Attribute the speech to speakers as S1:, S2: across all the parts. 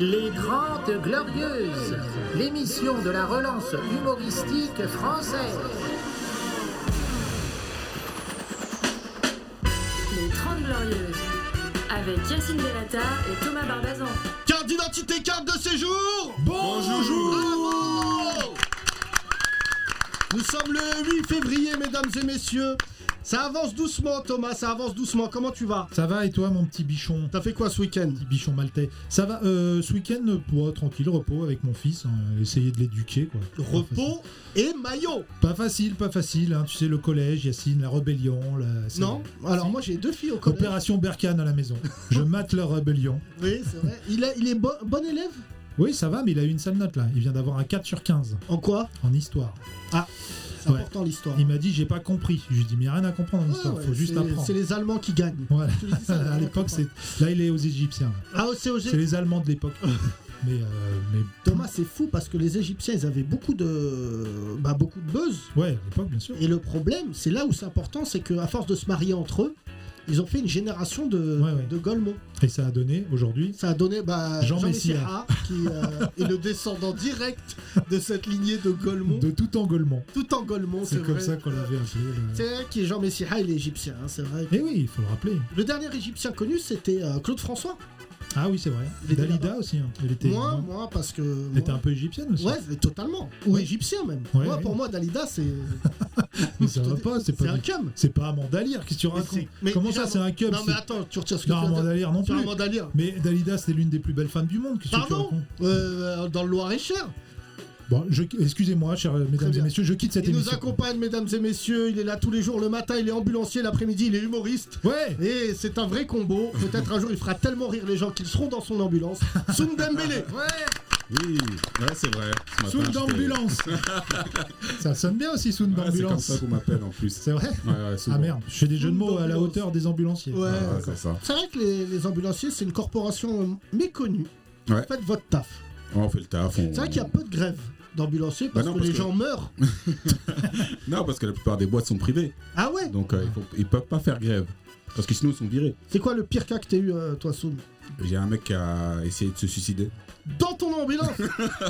S1: Les Grandes Glorieuses, l'émission de la relance humoristique française.
S2: Les 30 Glorieuses, avec Yacine Delata et Thomas Barbazan.
S3: Carte d'identité, carte de séjour
S4: Bonjour.
S3: Bravo Nous sommes le 8 février, mesdames et messieurs. Ça avance doucement, Thomas, ça avance doucement. Comment tu vas
S4: Ça va et toi mon petit bichon
S3: T'as fait quoi ce week-end
S4: Petit bichon maltais. Ça va euh, ce week-end pour tranquille repos avec mon fils, hein, essayer de l'éduquer quoi.
S3: Repos et maillot
S4: Pas facile, pas facile, hein, tu sais le collège, Yacine, la rébellion, la... c'est-
S3: Non Alors moi j'ai deux filles au collège.
S4: Opération Berkane à la maison. Je mate la rébellion.
S3: Oui, c'est vrai. Il, a- il est bon- bon élève
S4: Oui, ça va, mais il a eu une sale note là. Il vient d'avoir un 4 sur 15
S3: En quoi
S4: en histoire.
S3: C'est
S4: Ouais.
S3: important l'histoire.
S4: Il m'a dit, j'ai pas compris. Je lui ai dit, mais y a rien à comprendre en
S3: Ouais,
S4: histoire,
S3: ouais,
S4: faut juste
S3: c'est-
S4: apprendre.
S3: C'est les Allemands qui gagnent.
S4: Voilà.
S3: Tu lui dis ça,
S4: à
S3: on
S4: l'époque,
S3: comprend.
S4: c'est. Là, il est aux Égyptiens.
S3: Ah, c'est au
S4: C'est les Allemands de l'époque. mais, euh, mais.
S3: Thomas, c'est fou parce que les Égyptiens, ils avaient beaucoup de, bah, beaucoup de buzz.
S4: Ouais, à l'époque, bien sûr.
S3: Et le problème, c'est là où c'est important, c'est qu'à force de se marier entre eux, ils ont fait une génération de,
S4: Ouais, ouais.
S3: de golemons.
S4: Et ça a donné aujourd'hui
S3: Ça a donné bah,
S4: Jean Messia.
S3: qui euh, est le descendant direct de cette lignée de golemons.
S4: De tout engoulement.
S3: Tout en golemons, Mmh. c'est
S4: C'est comme
S3: vrai.
S4: ça qu'on l'avait appelé. le-
S3: C'est vrai qui est Jean Messiha, il est égyptien, hein, c'est vrai.
S4: Eh oui, il faut le rappeler.
S3: Le dernier égyptien connu, c'était euh, Claude François.
S4: Ah oui, c'est vrai.
S3: Il était
S4: Dalida
S3: là-bas.
S4: aussi. hein. Elle était,
S3: Moi,
S4: elle
S3: moi, parce que.
S4: était
S3: moi-
S4: un peu égyptienne aussi.
S3: Ouais, mais totalement. Ou
S4: Ouais.
S3: égyptien même.
S4: Ouais,
S3: moi,
S4: ouais.
S3: pour moi, Dalida, c'est.
S4: Mais ça va pas, c'est
S3: C'est
S4: pas.
S3: un
S4: du-
S3: cum.
S4: C'est pas un mandalire, qu'est-ce que tu racontes
S3: c'est- mais
S4: Comment
S3: déjà,
S4: ça, c'est un cub
S3: Non,
S4: c'est-
S3: mais attends, tu retires ce que tu
S4: Non, un
S3: viens de-
S4: mandalire non
S3: C'est un
S4: plus.
S3: mandalien.
S4: Mais Dalida, c'était l'une des plus belles femmes du monde, qu'est-ce que tu
S3: Pardon
S4: racontes
S3: Euh, Dans le Loir-et-Cher.
S4: Bon, je- excusez-moi, chers euh, mesdames et
S3: bien.
S4: messieurs, je quitte cette
S3: Il nous
S4: émission.
S3: accompagne, mesdames et messieurs. Il est là tous les jours. Le matin, il est ambulancier. L'après-midi, il est humoriste.
S4: Ouais
S3: Et c'est un vrai combo. Peut-être un jour, il fera tellement rire les gens qu'ils seront dans son ambulance. Sundembele. Ouais.
S5: Oui, ouais, c'est vrai. Ce matin,
S4: Sound
S5: j'étais-
S4: d'ambulance Ça sonne bien aussi, Sound
S5: Ouais, C'est comme
S4: d'ambulance
S5: ça qu'on m'appelle en plus.
S4: C'est vrai
S5: Ouais, ouais, souvent.
S4: Ah merde, je fais des jeux de mots à la
S3: d'ambulance.
S4: hauteur des ambulanciers.
S3: Ouais.
S5: Ouais, ouais, c'est ça.
S3: C'est vrai que les, les ambulanciers, c'est une corporation méconnue.
S5: Ouais.
S3: Faites votre taf.
S5: Ouais, on fait le taf. On...
S3: C'est vrai qu'il y a peu de grèves d'ambulanciers parce
S5: Bah non,
S3: que
S5: parce
S3: les
S5: que-
S3: gens meurent.
S5: Non, parce que la plupart des boîtes sont privées.
S3: Ah ouais
S5: Donc euh, il faut- ils peuvent pas faire grève. Parce que sinon, ils sont virés.
S3: C'est quoi le pire cas que t'as eu, euh, toi, Soum
S5: J'ai un mec qui a essayé de se suicider.
S3: Dans ton ambulance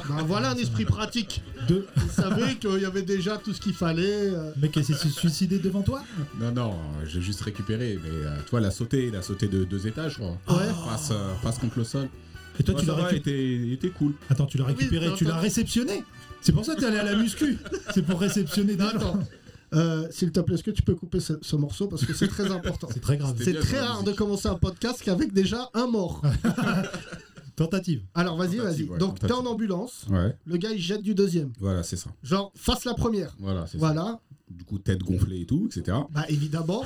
S3: Ben voilà un esprit pratique.
S4: Deux.
S3: Vous savez qu'il y avait déjà tout ce qu'il fallait. euh.
S4: Le Mec, il s'est suicidé devant toi
S5: Non, non, euh, j'ai juste récupéré. Mais euh, tu vois, il a sauté. Il a sauté de deux étages, je crois.
S3: Ouais.
S5: Face, euh, face contre le sol.
S4: Et Ah. toi,
S5: Ouais,
S4: tu
S5: ça
S4: l'as
S5: va, il
S4: récupéré
S5: était, il était cool.
S4: Attends, tu l'as
S3: Oui,
S4: récupéré,
S3: t'as
S4: tu l'as
S3: entendu.
S4: réceptionné C'est pour ça que t'es allé à la muscu C'est pour réceptionner des
S3: Non,
S4: gens.
S3: attends. Euh, S'il te plaît, est-ce que tu peux couper ce, ce morceau parce que c'est très important.
S4: C'est très grave.
S5: C'était-
S3: C'est
S5: bien
S3: très
S5: sur la
S3: rare de
S5: musique.
S3: commencer un podcast qu'avec déjà un mort.
S4: Tentative.
S3: Alors vas-y, vas-y.
S5: Tentative, ouais,
S3: Donc t'es
S5: tentative.
S3: en ambulance,
S5: Ouais.
S3: le gars il jette du deuxième.
S5: Voilà, c'est ça.
S3: Genre, face la première.
S5: Voilà, c'est ça.
S3: Voilà,
S5: Du coup, tête gonflée et tout, etc.
S3: bah évidemment.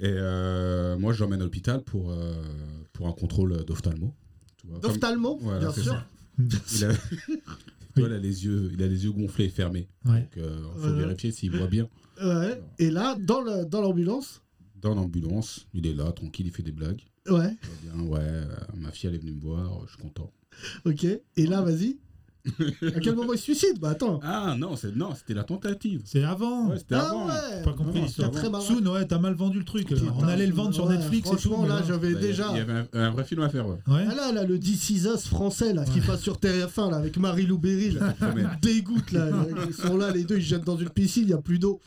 S5: Et euh, moi, je l'emmène à l'hôpital pour, euh, pour un contrôle d'ophtalmo. Tu vois, comme-
S3: D'ophtalmo,
S5: Voilà,
S3: bien
S5: c'est
S3: sûr.
S5: ça. Il a... Tu vois, il a les yeux, il a les yeux gonflés et fermés.
S4: Ouais.
S5: Donc, euh, faut
S3: Voilà.
S5: vérifier s'il voit bien.
S3: Ouais. Et là, dans le- dans l'ambulance,
S5: Dans l'ambulance, il est là, tranquille, il fait des blagues.
S3: ouais,
S5: Tout va bien, ouais, euh, ma fille, elle est venue me voir, je suis content.
S3: ok. Et là, vas-y. À quel moment il se suicide Bah attends.
S5: Ah non, c'est- non, c'était la tentative.
S4: C'est avant
S5: Ouais, c'était
S3: Ah
S5: avant.
S3: ouais
S4: Pas compris
S5: Non,
S4: l'histoire.
S3: c'est très marrant.
S4: Soun, ouais, t'as mal vendu le truc.
S3: Putain,
S4: On allait le vendre sur
S3: ouais,
S4: Netflix et tout.
S3: Franchement,
S4: mais
S3: là,
S4: non.
S3: j'avais
S5: Bah, il y-
S3: déjà.
S5: Il y avait un, un vrai film à faire, ouais.
S4: Ouais.
S3: Ah là, là, le This Is Us français, là, qui passe sur TF1, là, avec Marie-Lou Berry, là,
S5: Première.
S3: dégoûte, là. Ils sont là, les deux, ils se jettent dans une piscine, il n'y a plus d'eau.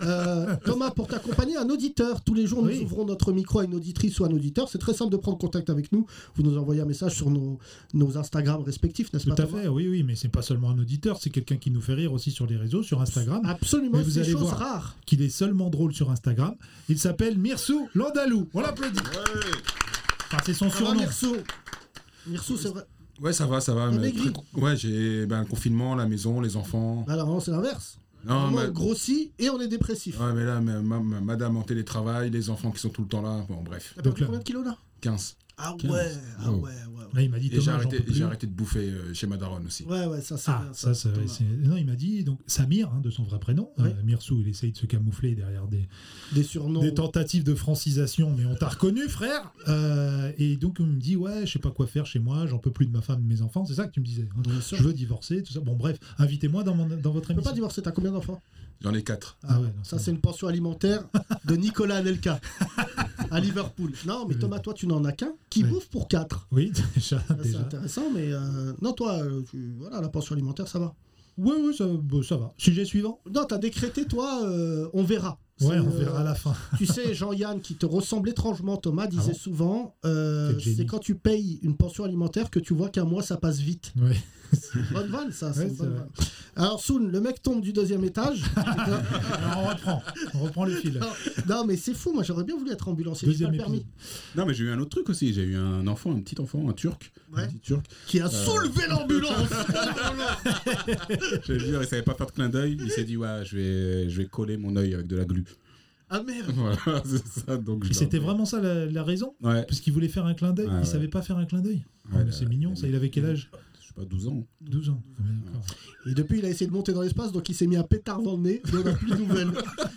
S3: Euh, Thomas, pour t'accompagner, un auditeur. Tous les jours, nous
S4: Oui.
S3: ouvrons notre micro à une auditrice ou un auditeur. C'est très simple de prendre contact avec nous. Vous nous envoyez un message sur nos, nos Instagram respectifs, n'est-ce
S4: Tout
S3: pas
S4: à
S3: Thomas
S4: fait, oui, oui, mais c'est pas seulement un auditeur, c'est quelqu'un qui nous fait rire aussi sur les réseaux, sur Instagram,
S3: Absolument,
S4: Mais vous
S3: c'est
S4: allez
S3: chose
S4: voir.
S3: rare.
S4: qu'il est seulement drôle sur Instagram. Il s'appelle Mirsou Landalou. On l'applaudit. Enfin, c'est son
S3: Ça va,
S4: surnom.
S3: Mirsou Mirsou, c'est vrai.
S5: Ouais, ça va, ça va.
S3: T'as
S5: mais
S3: maigri.
S5: très- Ouais, j'ai ben, le confinement, la maison, les enfants.
S3: Bah, alors, non, c'est l'inverse.
S4: Ah,
S5: Non,
S3: Vraiment,
S5: mais-
S3: On grossit et on est dépressif.
S5: Ouais, mais là, ma- ma- ma- madame en télétravail, les enfants qui sont tout le temps là. Bon, bref,
S3: T'as
S4: Donc
S3: perdu
S4: là-
S3: combien de kilos, là
S5: 15.
S3: Ah ouais,
S5: Quinze.
S3: ah ouais,
S5: Oh.
S3: ouais, ouais.
S4: Là, il m'a dit
S5: Et j'ai
S4: Thomas, j'en
S5: arrêté,
S4: peux plus.
S5: j'ai arrêté de bouffer euh, chez Madaron aussi.
S3: Ouais, ouais, ça c'est
S4: Ah,
S3: bien,
S4: ça, ça,
S3: Thomas.
S4: c'est. Non, il m'a dit, donc, Samir, hein, de son vrai prénom,
S3: Oui.
S4: euh, Mirsou, il essaye de se camoufler derrière des,
S3: Des surnoms.
S4: des tentatives de francisation, mais on t'a reconnu, frère. Euh, et donc, on me dit, ouais, je sais pas quoi faire chez moi, j'en peux plus de ma femme, de mes enfants. C'est ça que tu me disais. hein.
S3: Bien sûr.
S4: Je veux divorcer, tout ça. Bon, bref, invitez-moi dans, mon- dans votre
S3: Tu peux pas
S4: émission.
S3: divorcer, t'as combien d'enfants
S5: J'en ai 4.
S4: Ah ouais, non,
S3: Ça
S4: c'est
S3: c'est une pension alimentaire de Nicolas Nelka. à Liverpool. Non, mais Thomas, toi, tu n'en as qu'un. Qui
S4: Ouais.
S3: bouffe pour 4
S4: Oui, déjà.
S3: C'est
S4: déjà.
S3: intéressant, mais euh, non, toi, euh, tu- voilà, la pension alimentaire, ça va.
S4: Oui, oui, ça, bon, ça va. Sujet suivant
S3: Non, t'as décrété, toi, euh, on verra.
S4: Ouais,
S3: C'est,
S4: on
S3: euh,
S4: verra à la fin.
S3: Tu sais, Jean-Yann, qui te ressemble étrangement, Thomas, disait
S4: bon
S3: souvent euh,
S4: Quel génie.
S3: c'est quand tu payes une pension alimentaire que tu vois qu'un mois, ça passe vite.
S4: Ouais.
S3: Bonne vanne, ça. c'est
S4: Ouais,
S3: une
S4: c'est
S3: bonne
S4: vrai.
S3: vanne. Alors, Soun, le mec tombe du deuxième étage.
S4: Alors, on reprend. On reprend le fil.
S3: non, mais c'est fou, moi, j'aurais bien voulu être ambulancier. j'ai
S4: Deuxième
S3: pas le permis.
S4: épisode.
S5: Non, mais j'ai eu un autre truc aussi. J'ai eu un enfant, un petit enfant, un turc.
S3: Ouais.
S5: Un petit turc.
S3: Qui a soulevé l'ambulance
S5: Je te jure, il savait pas faire de clin d'œil. Il s'est dit, ouais, je vais, je vais coller mon œil avec de la glu.
S3: Ah merde
S5: Voilà, c'est ça. Donc, je
S4: Et c'était
S5: leur-
S4: vraiment ça la, la raison
S5: Ouais.
S4: Parce qu'il voulait faire un clin d'œil,
S5: Ah,
S4: il
S5: bah, ouais.
S4: savait pas faire un clin d'œil. Ah,
S5: Ouais,
S4: mais
S5: la-
S4: c'est mignon, ça. Il avait quel âge
S5: Je sais pas, 12 ans.
S4: 12 ans. Ah, mais d'accord.
S3: Et depuis, il a essayé de monter dans l'espace, donc il s'est mis un pétard dans le nez, et on n'a plus de nouvelles.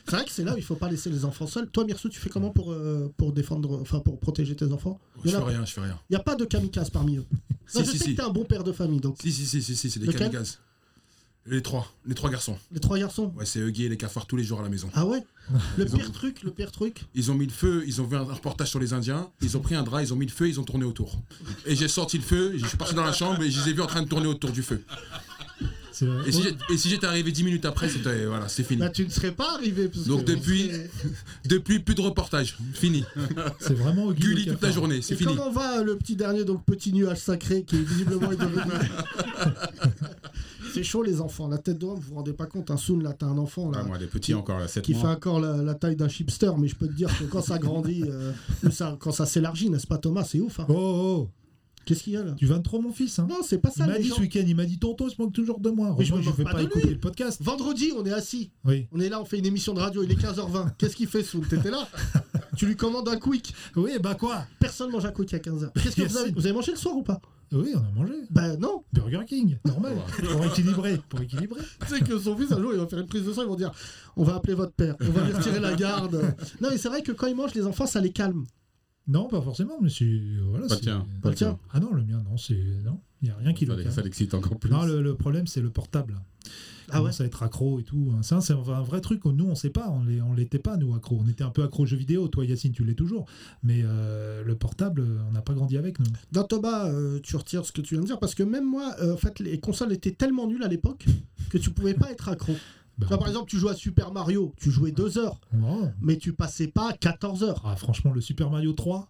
S3: C'est vrai que c'est là où il faut pas laisser les enfants seuls. Toi, Mirsou, tu fais comment pour, euh, pour défendre, enfin pour protéger tes enfants Il
S6: Je
S3: n'y
S6: fais
S3: a,
S6: rien, je fais rien.
S3: y a pas de kamikaze parmi eux.
S6: Si,
S3: Non, je
S6: si,
S3: sais
S6: si.
S3: que t'es un bon père de famille, donc
S6: Si, si, si, si, si, c'est des
S3: Lequel
S6: kamikazes. Les trois, les trois garçons.
S3: les trois garçons.
S6: Ouais, c'est Huggy et les cafards tous les jours à la maison.
S3: Ah ouais Le pire truc, le pire truc.
S6: Ils ont mis le feu, ils ont vu un reportage sur les Indiens, ils ont pris un drap, ils ont mis le feu, ils ont tourné autour. Et j'ai sorti le feu, je suis parti dans la chambre et je les ai vus en train de tourner autour du feu.
S4: C'est vrai.
S6: Et si j'ai- et si j'étais arrivé 10 minutes après, c'était voilà, c'est fini.
S3: Bah tu ne serais pas arrivé. Parce
S6: Donc,
S3: que-
S6: depuis-
S3: Et-
S6: Depuis plus de reportages, fini.
S3: Bah,
S4: C'est vraiment Oggy
S6: Gulli
S4: le
S6: toute la
S4: cafard.
S6: journée,
S3: Et
S6: c'est fini.
S3: comment va euh, le petit dernier, donc petit nuage sacré qui est visiblement est devenu. c'est chaud les enfants, la tête d'homme, vous vous rendez pas compte, un Soun là, t'as un enfant là.
S5: Ah, moi, les petits encore, là, 7
S3: qui fait
S5: mois.
S3: encore la, la taille d'un chipster, mais je peux te dire que quand ça grandit, euh, ou ça- quand ça s'élargit, n'est-ce pas Thomas, c'est ouf. hein.
S4: Oh, oh,
S3: Qu'est-ce qu'il y a là
S4: tu vas me trop mon fils. Hein.
S3: Non, c'est pas
S4: Il
S3: ça.
S4: m'a
S3: Les
S4: dit
S3: gens.
S4: ce week-end, il m'a dit Tonton, il se moque toujours de moi.
S3: Mais je
S4: Heureusement
S3: me
S4: que je
S3: moque
S4: vais
S3: pas
S4: pas
S3: de
S4: écouter
S3: lui.
S4: le podcast.
S3: Vendredi, on est assis.
S4: Oui.
S3: On est là, on fait une émission de radio, il est 15h20. Qu'est-ce qu'il fait, Soul T'étais là Tu lui commandes un quick.
S4: Oui, bah quoi
S3: Personne mange un quick à 15h. Qu'est-ce que vous avez Vous avez mangé le soir ou pas
S4: Oui, on a mangé.
S3: Bah non.
S4: Burger King, normal. pour équilibrer. Pour équilibrer.
S3: Tu sais que son fils, un jour, il va faire une prise de sang, ils vont dire on va appeler votre père, on va lui retirer la garde. Non, mais c'est vrai que quand ils mangent, les enfants, ça les calme.
S4: Non, pas forcément, mais c'est. Voilà,
S5: Pas le
S4: c'est-
S5: tien.
S3: Pas le tien.
S4: Ah non, le mien, non, c'est. Non, il n'y a rien qui
S5: Ça
S4: le
S5: les-
S4: calme.
S5: Ça l'excite encore plus.
S4: Non, le, le problème, c'est le portable.
S3: Ah ouais
S4: Ça va être accro et tout. Ça, c'est un un vrai truc. Nous, on sait pas. On l'est- on l'était pas, nous, accro. On était un peu accro aux jeux vidéo. Toi, Yacine, tu l'es toujours. Mais euh, le portable, on n'a pas grandi avec, nous.
S3: Non, Thomas, euh, tu retires ce que tu viens de dire parce que même moi, euh, en fait, les consoles étaient tellement nulles à l'époque que tu pouvais pas être accro.
S4: Bah,
S3: Tu vois, par exemple, tu jouais à Super Mario, tu jouais 2 heures,
S4: oh.
S3: mais tu passais pas 14 heures.
S4: Ah, franchement, le Super Mario 3.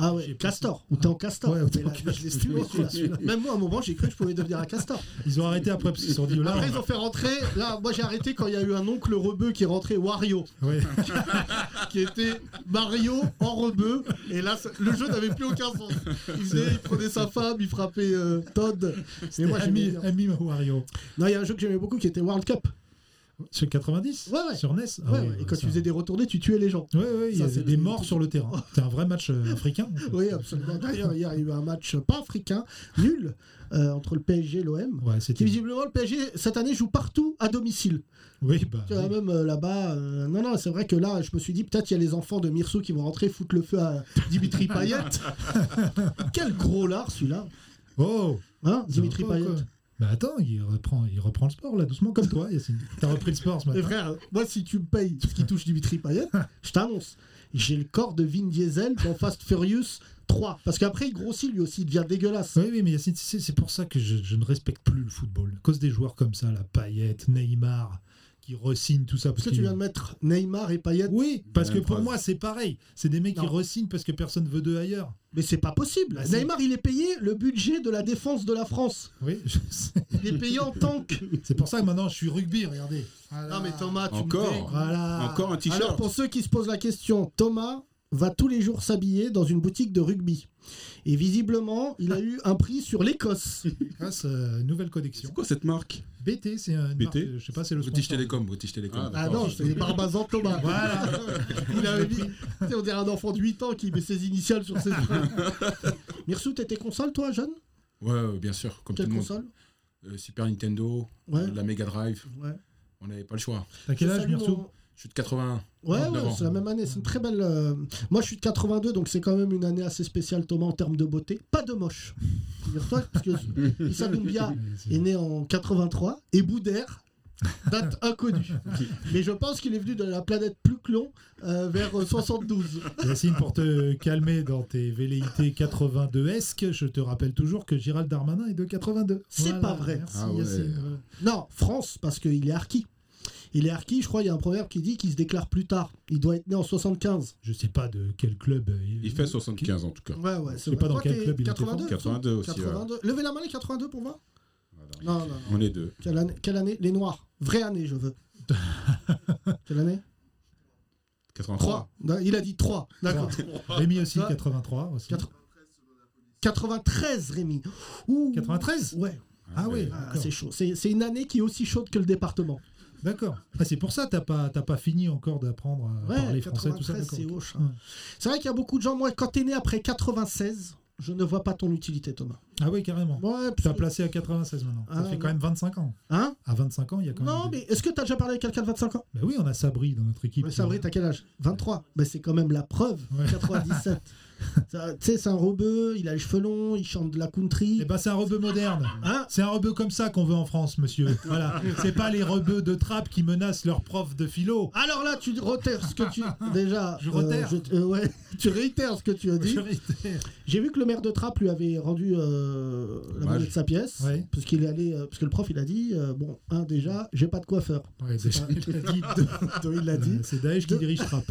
S3: Ah
S4: Oh j'ai
S3: ouais,
S4: pas
S3: Castor, ou t'es en Castor.
S4: Ouais, ou t'es
S3: Mais
S4: en
S3: là,
S4: Castor.
S3: je l'ai estimé, celui-là, celui-là. Même moi, à un moment, j'ai cru que je pouvais devenir un Castor.
S4: Ils ont arrêté après parce qu'ils se sont dit, oh là,
S3: Après, ils ont fait rentrer. Là, moi, j'ai arrêté quand il y a eu un oncle rebeu qui est rentré Wario,
S4: ouais.
S3: qui était Mario en rebeu. Et là, ça- le jeu n'avait plus aucun sens. Il, faisait- il prenait sa femme, il frappait euh, Todd. Mais moi, j'aimais
S4: Ami,
S3: bien.
S4: Ami Mario.
S3: Non, il y a un jeu que j'aimais beaucoup qui était World Cup.
S4: Sur 90
S3: Ouais, ouais.
S4: Sur NES Ah
S3: Ouais,
S4: oui,
S3: ouais,
S4: ouais,
S3: Et quand
S4: ça-
S3: tu faisais des retournées, tu tuais les gens.
S4: Ouais, ouais, il y
S3: Ça,
S4: avait
S3: c'est
S4: des
S3: le-
S4: morts sur le terrain. C'était un vrai match euh, africain. en fait.
S3: Oui, absolument. D'ailleurs, hier, il y a eu un match pas africain, nul, euh, entre le PSG et l'OM.
S4: Ouais,
S3: Qui
S4: c'était.
S3: visiblement, le PSG, cette année, joue partout à domicile.
S4: Oui, bah.
S3: Tu vois,
S4: oui.
S3: même euh, là-bas. euh, non, non, c'est vrai que là, je me suis dit, peut-être il y a les enfants de Mirsou qui vont rentrer foutre le feu à Dimitri Payet. Quel gros lard, celui-là.
S4: Oh
S3: Hein, Dimitri
S4: Ça va pas,
S3: Payet.
S4: quoi. Bah attends, il reprend, il reprend le sport là, doucement comme toi, Yacine. T'as repris le sport ce
S3: Mais
S4: matin.
S3: Eh, frère, moi, si tu me payes ce qui touche Dimitri Payet, je t'annonce, j'ai le corps de Vin Diesel dans Fast Furious 3. Parce qu'après, il grossit lui aussi, il devient dégueulasse.
S4: Oui, oui, mais Yacine, tu sais, c'est pour ça que je, je ne respecte plus le football. À cause des joueurs comme ça, la Payette, Neymar, qui re-signent tout ça.
S3: Parce que
S4: Parce
S3: tu
S4: qu'ils-
S3: viens de mettre Neymar et Payet,
S4: Oui, parce
S5: La
S4: que
S5: même
S4: pour
S5: phrase.
S4: moi, c'est pareil. C'est des mecs qui
S3: Non.
S4: re-signent parce que personne veut d'eux ailleurs.
S3: mais c'est pas possible.
S4: Bah, si.
S3: Neymar, il est payé le budget de la défense de la France.
S4: Oui, je sais.
S3: Il est payé en tank.
S4: C'est pour ça que maintenant, je suis rugby, regardez. Voilà.
S3: Non, mais Thomas, tu me
S5: Encore
S3: dé-
S4: Voilà.
S5: Encore un
S3: Alors
S5: t-shirt.
S3: pour ceux qui se posent la question, Thomas va tous les jours s'habiller dans une boutique de rugby. Et visiblement, il a eu un prix sur l'Écosse.
S4: Grâce, euh, nouvelle
S5: C'est
S4: collection.
S5: quoi cette marque
S4: BT, c'est une
S5: BT?
S4: marque, euh, je sais pas, c'est le
S6: British
S4: sponsor.
S6: Telecom, British Telecom.
S3: Ah non, c'est Barbazan Thomas.
S4: Voilà.
S3: Il avait mis, tu sais, on dirait un enfant de 8 ans qui met ses initiales sur ses bras. Mirsou, t'étais console toi, jeune
S6: Ouais, ouais, bien sûr, comme
S3: Quelle
S6: tout le monde.
S3: console
S6: Euh, Super Nintendo,
S3: Ouais.
S6: euh, la Mega Drive,
S3: Ouais.
S6: on n'avait pas le choix.
S4: T'as quel
S3: Je
S4: âge,
S3: salue
S4: Mirsou
S3: mon-
S6: Je suis de 81.
S3: Ouais, ouais,
S6: 39 ans.
S3: c'est la même année, c'est une très belle... euh, Moi, je suis de 82, donc c'est quand même une année assez spéciale, Thomas, en termes de beauté. Pas de moche. Figure-toi, parce que Issa Doumbia
S4: Ouais, c'est-
S3: est né en 83 et Boudère date inconnue. Mais je pense qu'il est venu de la planète Pluclon euh, vers euh, 72.
S4: Yacine, pour te calmer dans tes velléités 82-esque, je te rappelle toujours que Gérald Darmanin est de 82.
S3: C'est pas vrai.
S4: Merci
S5: Ah ouais.
S4: Yacine. Voilà.
S3: Non, France, parce qu'il est harki. Il est harki, je crois, il y a un proverbe qui dit qu'il se déclare plus tard. Il doit être né en 75.
S4: Je sais pas de quel club. euh,
S5: Il fait 75 en tout cas.
S3: Ouais, ouais, c'est
S4: sais pas dans
S3: Toi,
S4: quel
S3: t'es
S4: club il était
S3: 82,
S5: fort. 82 aussi,
S3: 82. Levez la main les 82 pour voir Non, non, non.
S5: On est deux.
S3: Quelle année, quelle année Les Noirs. Vraie année, je veux. quelle année
S5: 83.
S3: 3. Il a dit 3. D'accord.
S4: Rémi aussi,
S3: Ça-
S4: 83. Aussi.
S3: Quatre- 93, Rémi. Ouh.
S4: 93
S3: Ouais,
S4: Ah oui,
S3: ah,
S4: d'accord.
S3: c'est chaud. C'est c'est une année qui est aussi chaude que le département.
S4: d'accord. Ah, c'est pour ça que t'as pas, t'as pas fini encore d'apprendre à
S3: Ouais,
S4: parler français, tout ça.
S3: 93, c'est
S4: d'accord.
S3: hoche.
S4: Ouais.
S3: C'est vrai qu'il y a beaucoup de gens. Moi, quand t'es né après 96, je ne vois pas ton utilité, Thomas.
S4: Ah oui, carrément.
S3: Ouais,
S4: Tu as
S3: parce que-
S4: placé à 96 maintenant.
S3: Ah,
S4: ça fait
S3: ouais.
S4: quand même 25 ans.
S3: Hein
S4: À 25 ans, il y a quand
S3: Non,
S4: même. des-
S3: mais est-ce que t'as déjà parlé avec quelqu'un de 25 ans
S4: Bah oui, on a Sabri dans notre équipe.
S3: Mais Sabri, t'as quel âge 23. Bah, c'est quand même la preuve.
S4: Ouais.
S3: 97. Ça, Tu sais, c'est un rebeu, il a les cheveux longs, il chante de la country.
S4: Eh ben, c'est un rebeu moderne.
S3: Hein
S4: C'est un rebeu comme ça qu'on veut en France, monsieur. Voilà. C'est pas les rebeux de trappe qui menacent leurs profs de philo.
S3: Alors là, tu retères ce que tu. Déjà.
S4: Je
S3: euh,
S4: retère.
S3: je- euh, ouais, tu réitères ce que tu as dit.
S4: Je réitère.
S3: J'ai vu que le maire de Trappes lui avait rendu euh, la
S5: Hommage.
S3: monnaie de sa pièce.
S4: Ouais.
S3: Parce qu'il est allé. euh, parce que le prof, il a dit euh, bon, un, déjà, j'ai pas de coiffeur.
S4: Ouais, déjà,
S3: Enfin,
S4: il l'a dit.
S3: Deux, il l'a dit.
S4: Euh, C'est Daesh qui
S3: De-
S4: dirige Trapp.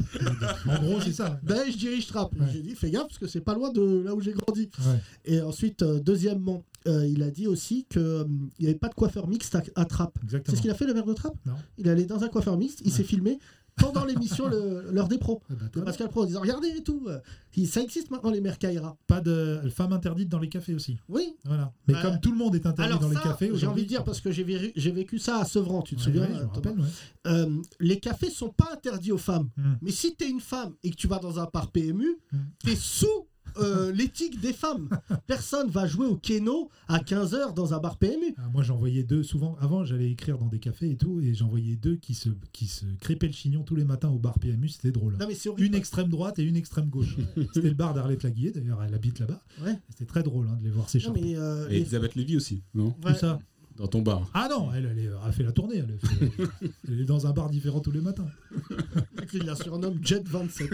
S4: En gros, c'est ça.
S3: Ben, je dirige Trappes.
S4: Ouais.
S3: J'ai dit fais gaffe, parce que c'est pas loin de là où j'ai grandi.
S4: Ouais.
S3: Et ensuite, euh, deuxièmement, euh, il a dit aussi qu'il n'y avait pas de coiffeur mixte à, à Trappes. C'est
S4: Exactement.
S3: ce qu'il a fait le maire de Trappes
S4: Non.
S3: Il est allé dans un coiffeur mixte, il s'est filmé pendant l'émission le- L'heure des pros.
S4: Eh ben, très
S3: De
S4: bien.
S3: Pascal Pro en disant regardez et tout. euh, il- Ça existe maintenant les maires Kaira.
S4: Pas de Ah bah, femme interdite dans les cafés aussi.
S3: Oui.
S4: Voilà. Mais
S3: Euh,
S4: comme tout le monde est interdit
S3: Alors
S4: dans les
S3: ça,
S4: cafés,
S3: j'ai
S4: aujourd'hui,
S3: envie de dire parce que j'ai vécu, j'ai vécu ça à Sevran, tu te
S4: Ouais,
S3: souviens
S4: ouais, je me
S3: Thomas
S4: rappelle, ouais.
S3: Euh, Les cafés sont pas interdits aux femmes.
S4: Hmm.
S3: Mais si t'es une femme et que tu vas dans un bar PMU,
S4: Hmm.
S3: t'es sous euh, l'éthique des femmes. Personne va jouer au keno à 15h dans un bar PMU.
S4: Ah, moi, j'envoyais deux souvent. Avant, j'allais écrire dans des cafés et tout, et j'envoyais deux qui se, qui se crépaient le chignon tous les matins au bar PMU. C'était drôle.
S3: Non mais c'est
S4: Une
S3: horrible.
S4: extrême droite et une extrême gauche. C'était le bar d'Arlette Laguier, d'ailleurs, elle habite là-bas.
S3: Ouais.
S4: C'était très drôle hein, de les voir
S3: Non,
S4: s'échapper.
S3: mais, euh, les-
S5: Et Elisabeth Lévy aussi, non
S3: ouais.
S4: Tout ça.
S5: Dans ton bar.
S4: Ah non, elle, elle est- a fait la tournée. Elle, a fait- elle est dans un bar différent tous les matins.
S3: Il la surnomme Jet 27.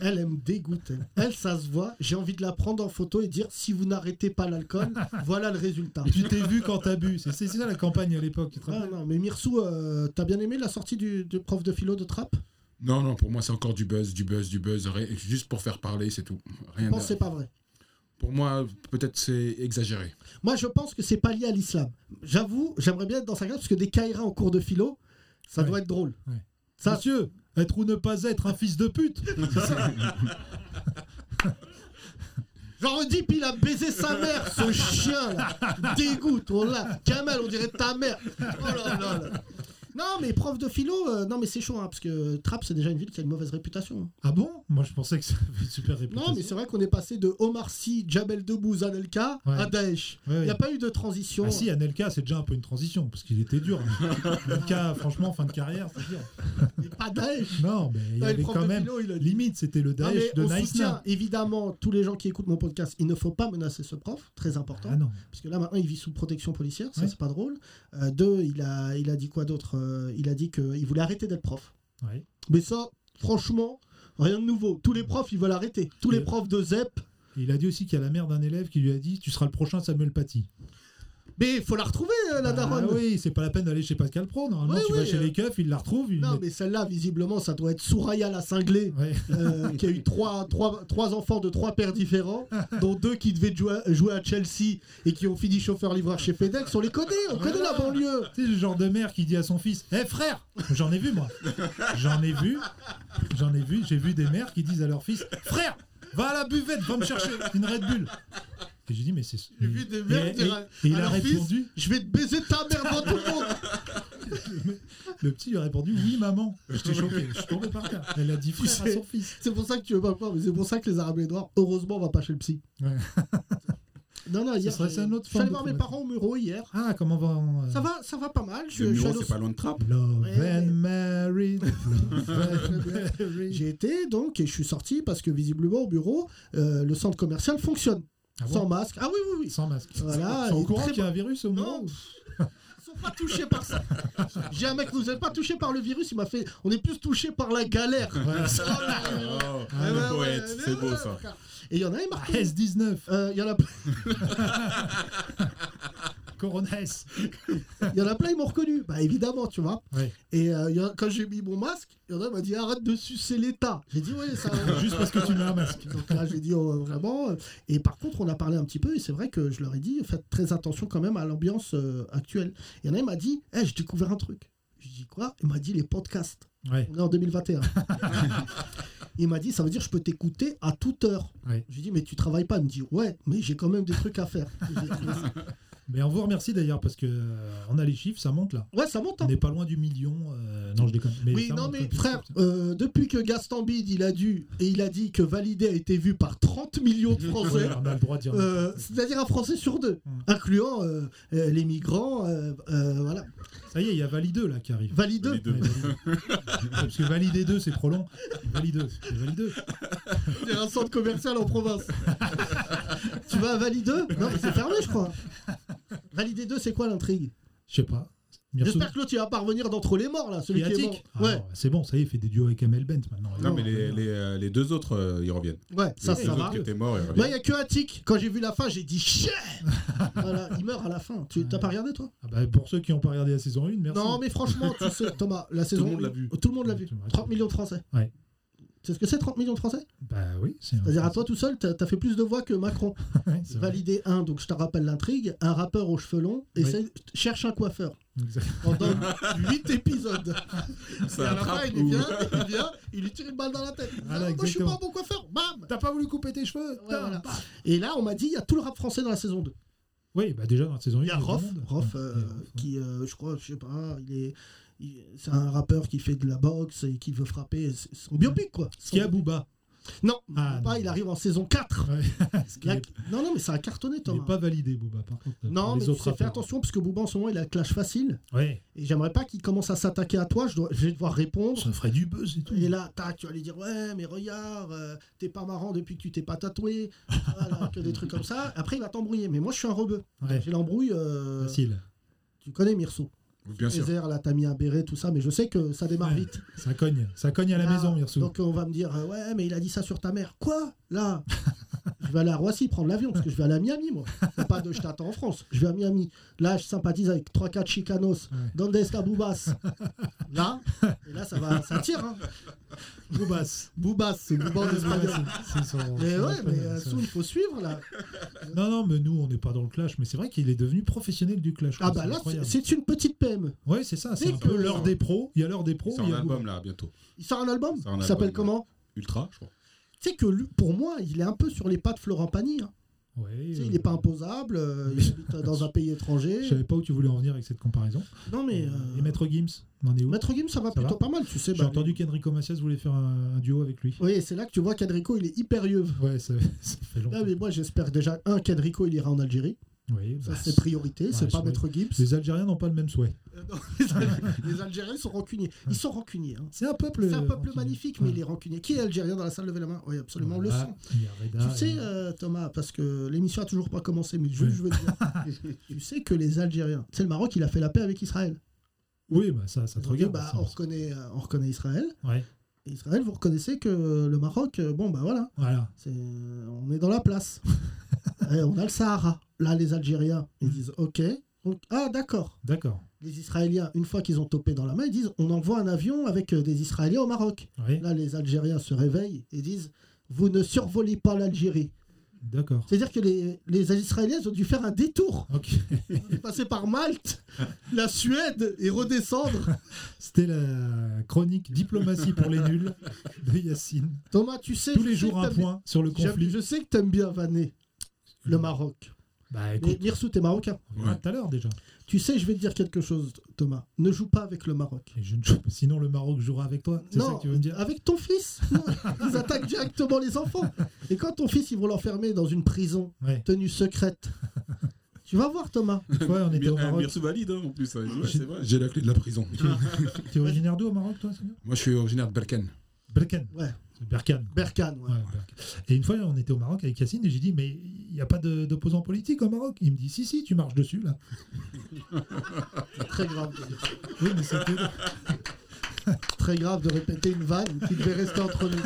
S3: elle, elle me dégoûte. Elle. Elle, ça se voit. J'ai envie de la prendre en photo et dire si vous n'arrêtez pas l'alcool, voilà le résultat.
S4: Tu t'es vu quand t'as bu. C'est c'est ça la campagne à l'époque. Tu te
S3: Ah
S4: rappelles
S3: non, mais Mirsou, euh, t'as bien aimé la sortie du, du prof de philo de Trappe
S4: Eh
S6: Non, non, pour moi, c'est encore du buzz, du buzz, du buzz, ré- juste pour faire parler, c'est tout.
S3: Je
S6: Rien
S3: pense
S4: ben,
S3: que
S6: d'a-
S3: c'est pas vrai.
S6: Pour moi, peut-être c'est exagéré.
S3: Moi, je pense que c'est pas lié à l'islam. J'avoue, j'aimerais bien être dans sa classe parce que des Kaira en cours de philo, ça
S4: Ouais.
S3: doit être drôle.
S4: Ouais.
S3: Ça-
S4: Monsieur, être ou ne pas être un fils de pute.
S3: Genre, Oedipe, il a baisé sa mère, ce chien-là. Dégoûte, on l'a. Kamel, on dirait ta mère. Oh là là là. Non, mais prof de philo, euh, non, mais c'est chaud, hein, parce que Trappes, c'est déjà une ville qui a une mauvaise réputation. hein.
S4: Ah bon Moi, je pensais que ça avait une super réputation.
S3: Non, mais c'est vrai qu'on est passé de Omar Sy, Jabel Debbouze, Anelka
S4: Ouais.
S3: à Daesh.
S4: Ouais,
S3: Il n'y a
S4: ouais.
S3: pas eu de transition.
S4: Ah si, Anelka, c'est déjà un peu une transition, parce qu'il était dur. Anelka, franchement, fin de carrière, c'est dur.
S3: mais pas Daesh.
S4: Non, mais il y
S3: Ouais, le
S4: avait
S3: prof
S4: quand
S3: de
S4: même...
S3: philo, il a dit.
S4: Limite, c'était le
S3: Non, mais
S4: Daesh de hein.
S3: on
S4: Naïsna.
S3: soutient évidemment tous les gens qui écoutent mon podcast. Il ne faut pas menacer ce prof, très important,
S4: Ah non,
S3: parce que là maintenant il vit sous protection policière, ça
S4: Ouais.
S3: c'est pas drôle. Euh, deux, il a, il a dit quoi d'autre Euh, Il a dit qu'il voulait arrêter d'être prof.
S4: ouais.
S3: Mais ça, franchement, rien de nouveau. Tous les profs, ils veulent arrêter. Tous les profs de ZEP.
S4: Et il a dit aussi qu'il y a la mère d'un élève qui lui a dit « Tu seras le prochain Samuel Paty
S3: Mais il faut la retrouver, euh, ». la
S4: Ah
S3: daronne.
S4: oui, c'est pas la peine d'aller chez Pascal Pro. Normalement,
S3: Oui,
S4: tu
S3: oui,
S4: vas chez
S3: euh.
S4: les keufs, il la retrouve. il-
S3: Non, mais celle-là, visiblement, ça doit être Souraya la cinglée,
S4: Ouais.
S3: euh, qui a eu trois, trois, trois enfants de trois pères différents, dont deux qui devaient jouer, jouer à Chelsea et qui ont fini chauffeur-livreur chez FedEx. On les connaît, hein. on connaît la banlieue.
S4: C'est le genre de mère qui dit à son fils Eh frère J'en ai vu moi J'en ai vu J'en ai vu J'ai vu des mères qui disent à leur fils Frère Va à la buvette Va me chercher une Red Bull Et j'ai dit Mais c'est.
S3: J'ai vu des mères
S4: et, et-
S3: dire à-
S4: et il
S3: à
S4: a
S3: leur
S4: répondu
S3: Je vais te baiser ta mère devant tout le monde.
S4: Le petit lui a répondu Oui maman J'étais choqué Je suis tombé par terre Elle a dit frère à son fils
S3: C'est pour ça que tu veux pas me croire, mais c'est pour ça que les Arabes et les Noirs, heureusement, on va pas chez le psy.
S4: Ouais.
S3: Non, non, hier,
S4: serait ça, une autre
S3: je suis allé
S4: forme de
S3: voir mes
S4: traumatisme.
S3: parents au Muro hier.
S4: Ah comment va euh,
S3: Ça va, ça va pas mal. Je, suis-
S5: Le
S3: je suis
S5: mur,
S3: allé au-
S5: c'est pas loin de trappe.
S4: Love
S3: Ouais.
S4: and married Love and married
S3: J'ai été donc et je suis sorti parce que visiblement au bureau, euh, le centre commercial fonctionne.
S4: Ah bon
S3: Sans masque. Ah oui, oui, oui.
S4: Sans masque
S3: Voilà,
S4: Ils sont
S3: et
S4: au courant
S3: très
S4: qu'il y a un virus au
S3: Non,
S5: Oh.
S4: moment où-
S3: pff, sont pas touchés par ça. J'ai un mec, vous n'êtes pas touché par le virus, il m'a fait. On est plus touché par la galère. Ça, on arrive.
S5: Oh,
S3: Ah, Ouais, ouais,
S5: le poète,
S3: ouais,
S5: c'est
S3: ouais,
S5: beau
S3: ouais,
S5: ça. Ah,
S3: frère. Et il y en a un, Marc.
S4: S19,
S3: Euh, Il y en a plein,
S4: Corona S.
S3: il y en a plein, ils m'ont reconnu. Bah évidemment, tu vois.
S4: Ouais.
S3: Et euh, il y en a- quand j'ai mis mon masque, il y en a un m'a dit arrête de sucer l'État. J'ai dit oui, ça.
S4: Juste parce que tu mets un masque.
S3: Donc là, j'ai dit oh, vraiment. euh, Et par contre, on a parlé un petit peu, et c'est vrai que je leur ai dit faites très attention quand même à l'ambiance euh, actuelle. Il y en a un m'a dit Eh, j'ai découvert un truc. Je dis quoi Il m'a dit les podcasts.
S4: Ouais.
S3: On est en 2021. Il m'a dit ça veut dire je peux t'écouter à toute heure.
S4: Ouais.
S3: J'ai dit mais tu travailles pas. Il me dit ouais, mais j'ai quand même des trucs à faire. J'ai trouvé ça-
S4: Mais on vous remercie d'ailleurs parce que euh, on a les chiffres, ça monte là.
S3: Ouais, ça monte. hein.
S4: On n'est pas loin du million. euh, non, je déconne. Mais
S3: Oui,
S4: ça
S3: non,
S4: monte,
S3: mais
S4: ouais.
S3: frère, euh, depuis que Gaston Bide, il a dû, et il a dit que Validé a été vu par 30 millions de Français,
S4: Ouais, on a le droit de dire.
S3: euh, c'est-à-dire un Français sur deux,
S4: Mm.
S3: incluant euh, euh, les migrants, euh, euh, voilà.
S4: Ça y est, il y a Valide là qui arrive.
S3: Validé,
S5: Les deux.
S4: Ouais, Valide. Parce que valider 2, c'est trop long. Valide 2. Valide 2.
S3: c'est un centre commercial en province. tu vas à Validé Non, mais c'est fermé, je crois. Validé 2, c'est quoi l'intrigue
S4: Je sais pas. Mersou-
S3: J'espère que l'autre, il va pas revenir d'entre les morts, là, celui qui est mort.
S4: Yatik. Ah,
S3: Ouais,
S4: non, C'est bon, ça y est, il fait des duos avec Amel Bent maintenant.
S5: Non, mais les, les, euh, les deux autres, euh, ils reviennent.
S3: ouais, ça,
S5: les
S3: ça
S5: deux
S3: va.
S5: autres qui étaient morts, ils
S3: Moi,
S5: reviennent.
S3: il n'y a que Attic. Quand j'ai vu la fin, j'ai dit chien Voilà, il meurt à la fin. Tu t'as pas regardé, toi
S4: Ah bah, pour ceux qui n'ont pas regardé la saison 1, merci.
S3: Non, mais franchement, tu sais, Thomas, la saison.
S6: monde l'a vu.
S3: Tout le monde l'a vu.
S4: Tout le monde.
S3: 30 millions de Français.
S4: Ouais.
S3: Tu sais ce que c'est 30 millions de Français
S4: Bah oui, c'est
S3: C'est-à-dire à toi tout seul, t'as t'as fait plus de voix que Macron.
S4: Ouais, c'est vrai.
S3: Validé 1, donc je te rappelle l'intrigue. Un rappeur aux cheveux longs
S4: Oui.
S3: essaie- cherche un coiffeur
S4: Exact.
S3: pendant 8 épisodes. Et
S5: Ça
S3: à la
S5: attrape
S3: fin, il
S5: ou-
S3: vient, il vient, il lui tire une balle dans la tête.
S4: Voilà,
S3: Ah, Moi, je suis pas
S4: exactement.
S3: un bon coiffeur. Bam
S4: T'as pas voulu couper tes cheveux
S3: Ouais,
S4: putain,
S3: voilà.
S4: bah.
S3: Et là, on m'a dit, il y a tout le rap français dans la saison 2.
S4: Oui, bah déjà dans la saison 1,
S3: Il y a Rof, Rof, euh, qui, euh, je crois, je sais pas, il est. il- C'est un rappeur qui fait de la boxe et qui veut frapper c'est son biopic quoi.
S4: Ce qui a Booba.
S3: Non,
S4: Ah,
S3: Booba,
S4: non.
S3: il arrive en saison 4.
S4: Ouais. Ce qui
S3: La-
S4: est-
S3: Non, non, mais ça a cartonné
S4: Il
S3: Thomas.
S4: n'est pas validé, Booba, par contre.
S3: Non,
S4: les
S3: mais tu
S4: autres
S3: sais, fais
S4: rappeurs.
S3: attention parce que Booba en ce moment il a le clash facile
S4: Ouais,
S3: et j'aimerais pas qu'il commence à s'attaquer à toi. Je, dois- je vais devoir répondre.
S4: ça ferait du buzz et tout.
S3: Et là, tac, tu vas lui dire Ouais, mais regarde, euh, t'es pas marrant depuis que tu t'es pas tatoué. Voilà, que des trucs comme ça. Après, il va t'embrouiller. Mais moi, je suis un rebeu.
S4: Ouais,
S3: J'ai l'embrouille. euh,
S4: facile.
S3: tu connais Mirso.
S6: Bien sûr.
S3: Césaire, là, t'as mis un béret, tout ça, mais je sais que ça démarre
S4: Ouais,
S3: vite.
S4: Ça cogne. Ça cogne à la
S3: Là,
S4: maison, Mirsou.
S3: Ah, Donc on va me dire, euh, ouais, mais il a dit ça sur ta mère. Quoi Là Je vais aller à Roissy prendre l'avion, parce que je vais aller à Miami, moi. Faut Pas de je t'attends en France. Je vais à Miami. Là, je sympathise avec 3-4 chicanos.
S4: Ouais.
S3: Donde está Boubas Là, et là, ça va, ça tire. Hein.
S4: Boubas.
S3: Boubas, c'est Boubas en espagnol.
S4: C'est son-
S3: Mais
S4: son
S3: ouais,
S4: espagnol,
S3: mais euh,
S4: ça. Ah,
S3: Soul, il faut suivre, là.
S4: Non, non, mais nous, on n'est pas dans le clash. Mais c'est vrai qu'il est devenu professionnel du clash.
S3: Ah
S4: quoi,
S3: bah
S4: c'est
S3: là, c'est-
S4: incroyable.
S3: c'est une petite PME.
S4: Ouais, c'est ça. C'est
S3: Dès
S4: un
S3: que-
S4: peu l'heure des pros. Il y a l'heure des pros.
S5: C'est
S4: il
S5: un
S4: y a
S5: album là, bientôt.
S3: Il sort un album
S5: Sort un
S3: Il
S5: album,
S3: s'appelle
S5: ouais.
S3: comment
S5: Ultra, je crois.
S3: Tu sais que lui, pour moi, il est un peu sur les pas de Florent Pagny. hein.
S4: Ouais,
S3: Tu sais,
S4: euh,
S3: il n'est pas imposable, euh, il habite dans un pays
S4: Je
S3: étranger.
S4: savais pas où tu voulais en venir avec cette comparaison.
S3: Non mais euh,
S4: Et Maître Gims, on en est où
S3: Maître Gims, ça va
S4: Ça
S3: plutôt
S4: va
S3: pas mal, tu sais.
S4: J'ai
S3: bah,
S4: entendu qu'Enrico Macias voulait faire un, un duo avec lui.
S3: Oui, et c'est là que tu vois qu'Enrico, il est hyper vieux.
S4: Ouais, ça, ça fait longtemps.
S3: Ah, mais moi, j'espère déjà, un, qu'Enrico, il ira en Algérie.
S4: Oui,
S3: Ça,
S4: bah,
S3: c'est priorité,
S4: ouais,
S3: c'est pas
S4: c'est
S3: Maître Gims.
S4: les Algériens n'ont pas le même souhait.
S3: Euh, non, les Al- les Algériens sont rancuniers. Ils sont rancuniers. hein.
S4: C'est un peuple.
S3: C'est un peuple
S4: euh,
S3: magnifique,
S4: ouais. Bah,
S3: mais il est rancunier. Qui est Algérien dans la salle Levez la main Oui, absolument, on le
S4: Voilà,
S3: sent.
S4: il y a Reda,
S3: Tu sais,
S4: il y a-
S3: euh, Thomas, parce que l'émission a toujours pas commencé, mais juste,
S4: Ah, Oui.
S3: je veux dire, tu sais que les Algériens, tu sais, le Maroc, il a fait la paix avec Israël.
S4: Oui, bah, ça, ça te
S3: Ils ont dit,
S4: regarde.
S3: bah,
S4: ça.
S3: on, reconnaît, euh, on reconnaît Israël.
S4: Ouais,
S3: Et Israël, vous reconnaissez que le Maroc, euh, bon bah voilà,
S4: voilà.
S3: c'est, euh, on est dans la place. Et on a le Sahara. Là, les Algériens,
S4: Mm.
S3: ils disent OK. Donc, ah d'accord.
S4: D'accord.
S3: Les Israéliens, une fois qu'ils ont topé dans la main, ils disent on envoie un avion avec euh, des Israéliens au Maroc.
S4: Oui,
S3: Là, les Algériens se réveillent et disent vous ne survolez pas l'Algérie.
S4: d'accord.
S3: C'est-à-dire que les, les Israéliens ils ont dû faire un détour,
S4: Ok.
S3: passer par Malte, la Suède et redescendre.
S4: C'était la chronique Diplomatie pour les nuls de Yacine.
S3: Thomas, tu sais
S4: Tous
S3: je
S4: les
S3: sais que
S4: jours un
S3: t'aimes-
S4: point sur le
S3: j'aime-
S4: conflit.
S3: Je sais que t'aimes bien vanner le Maroc.
S4: Bah
S3: Mais
S4: écoute,
S3: Mirsou, t'es marocain.
S4: on verra tout à l'heure déjà.
S3: Tu sais, je vais te dire quelque chose, Thomas. Ne joue pas avec le Maroc.
S4: Et je ne joue pas. Sinon, le Maroc jouera avec toi. C'est ça
S3: Non,
S4: que tu veux me dire
S3: avec ton fils. Non, Ils attaquent directement les enfants. Et quand ton fils, ils vont l'enfermer dans une prison
S4: Ouais.
S3: tenue secrète. Tu vas voir, Thomas.
S4: Une fois, on était au
S5: Mir- euh,
S4: Maroc.
S5: Mirsu valide hein, en plus. hein. Ouais,
S4: J'ai-
S5: c'est vrai. Ah.
S6: J'ai la clé de la prison.
S4: T'es originaire d'où au Maroc, toi, Seigneur
S6: Moi, je suis originaire de Balkan.
S4: Berkane.
S3: Ouais.
S4: C'est Berkane.
S3: Berkane, ouais.
S4: Ouais, Berkane. Et une fois, on était au Maroc avec Yacine et j'ai dit, mais il n'y a pas de- d'opposants politiques au Maroc Il me dit, si, si, tu marches dessus, là.
S3: Très grave.
S4: Oui, mais c'était...
S3: Très grave de répéter une vanne qui devait rester entre nous.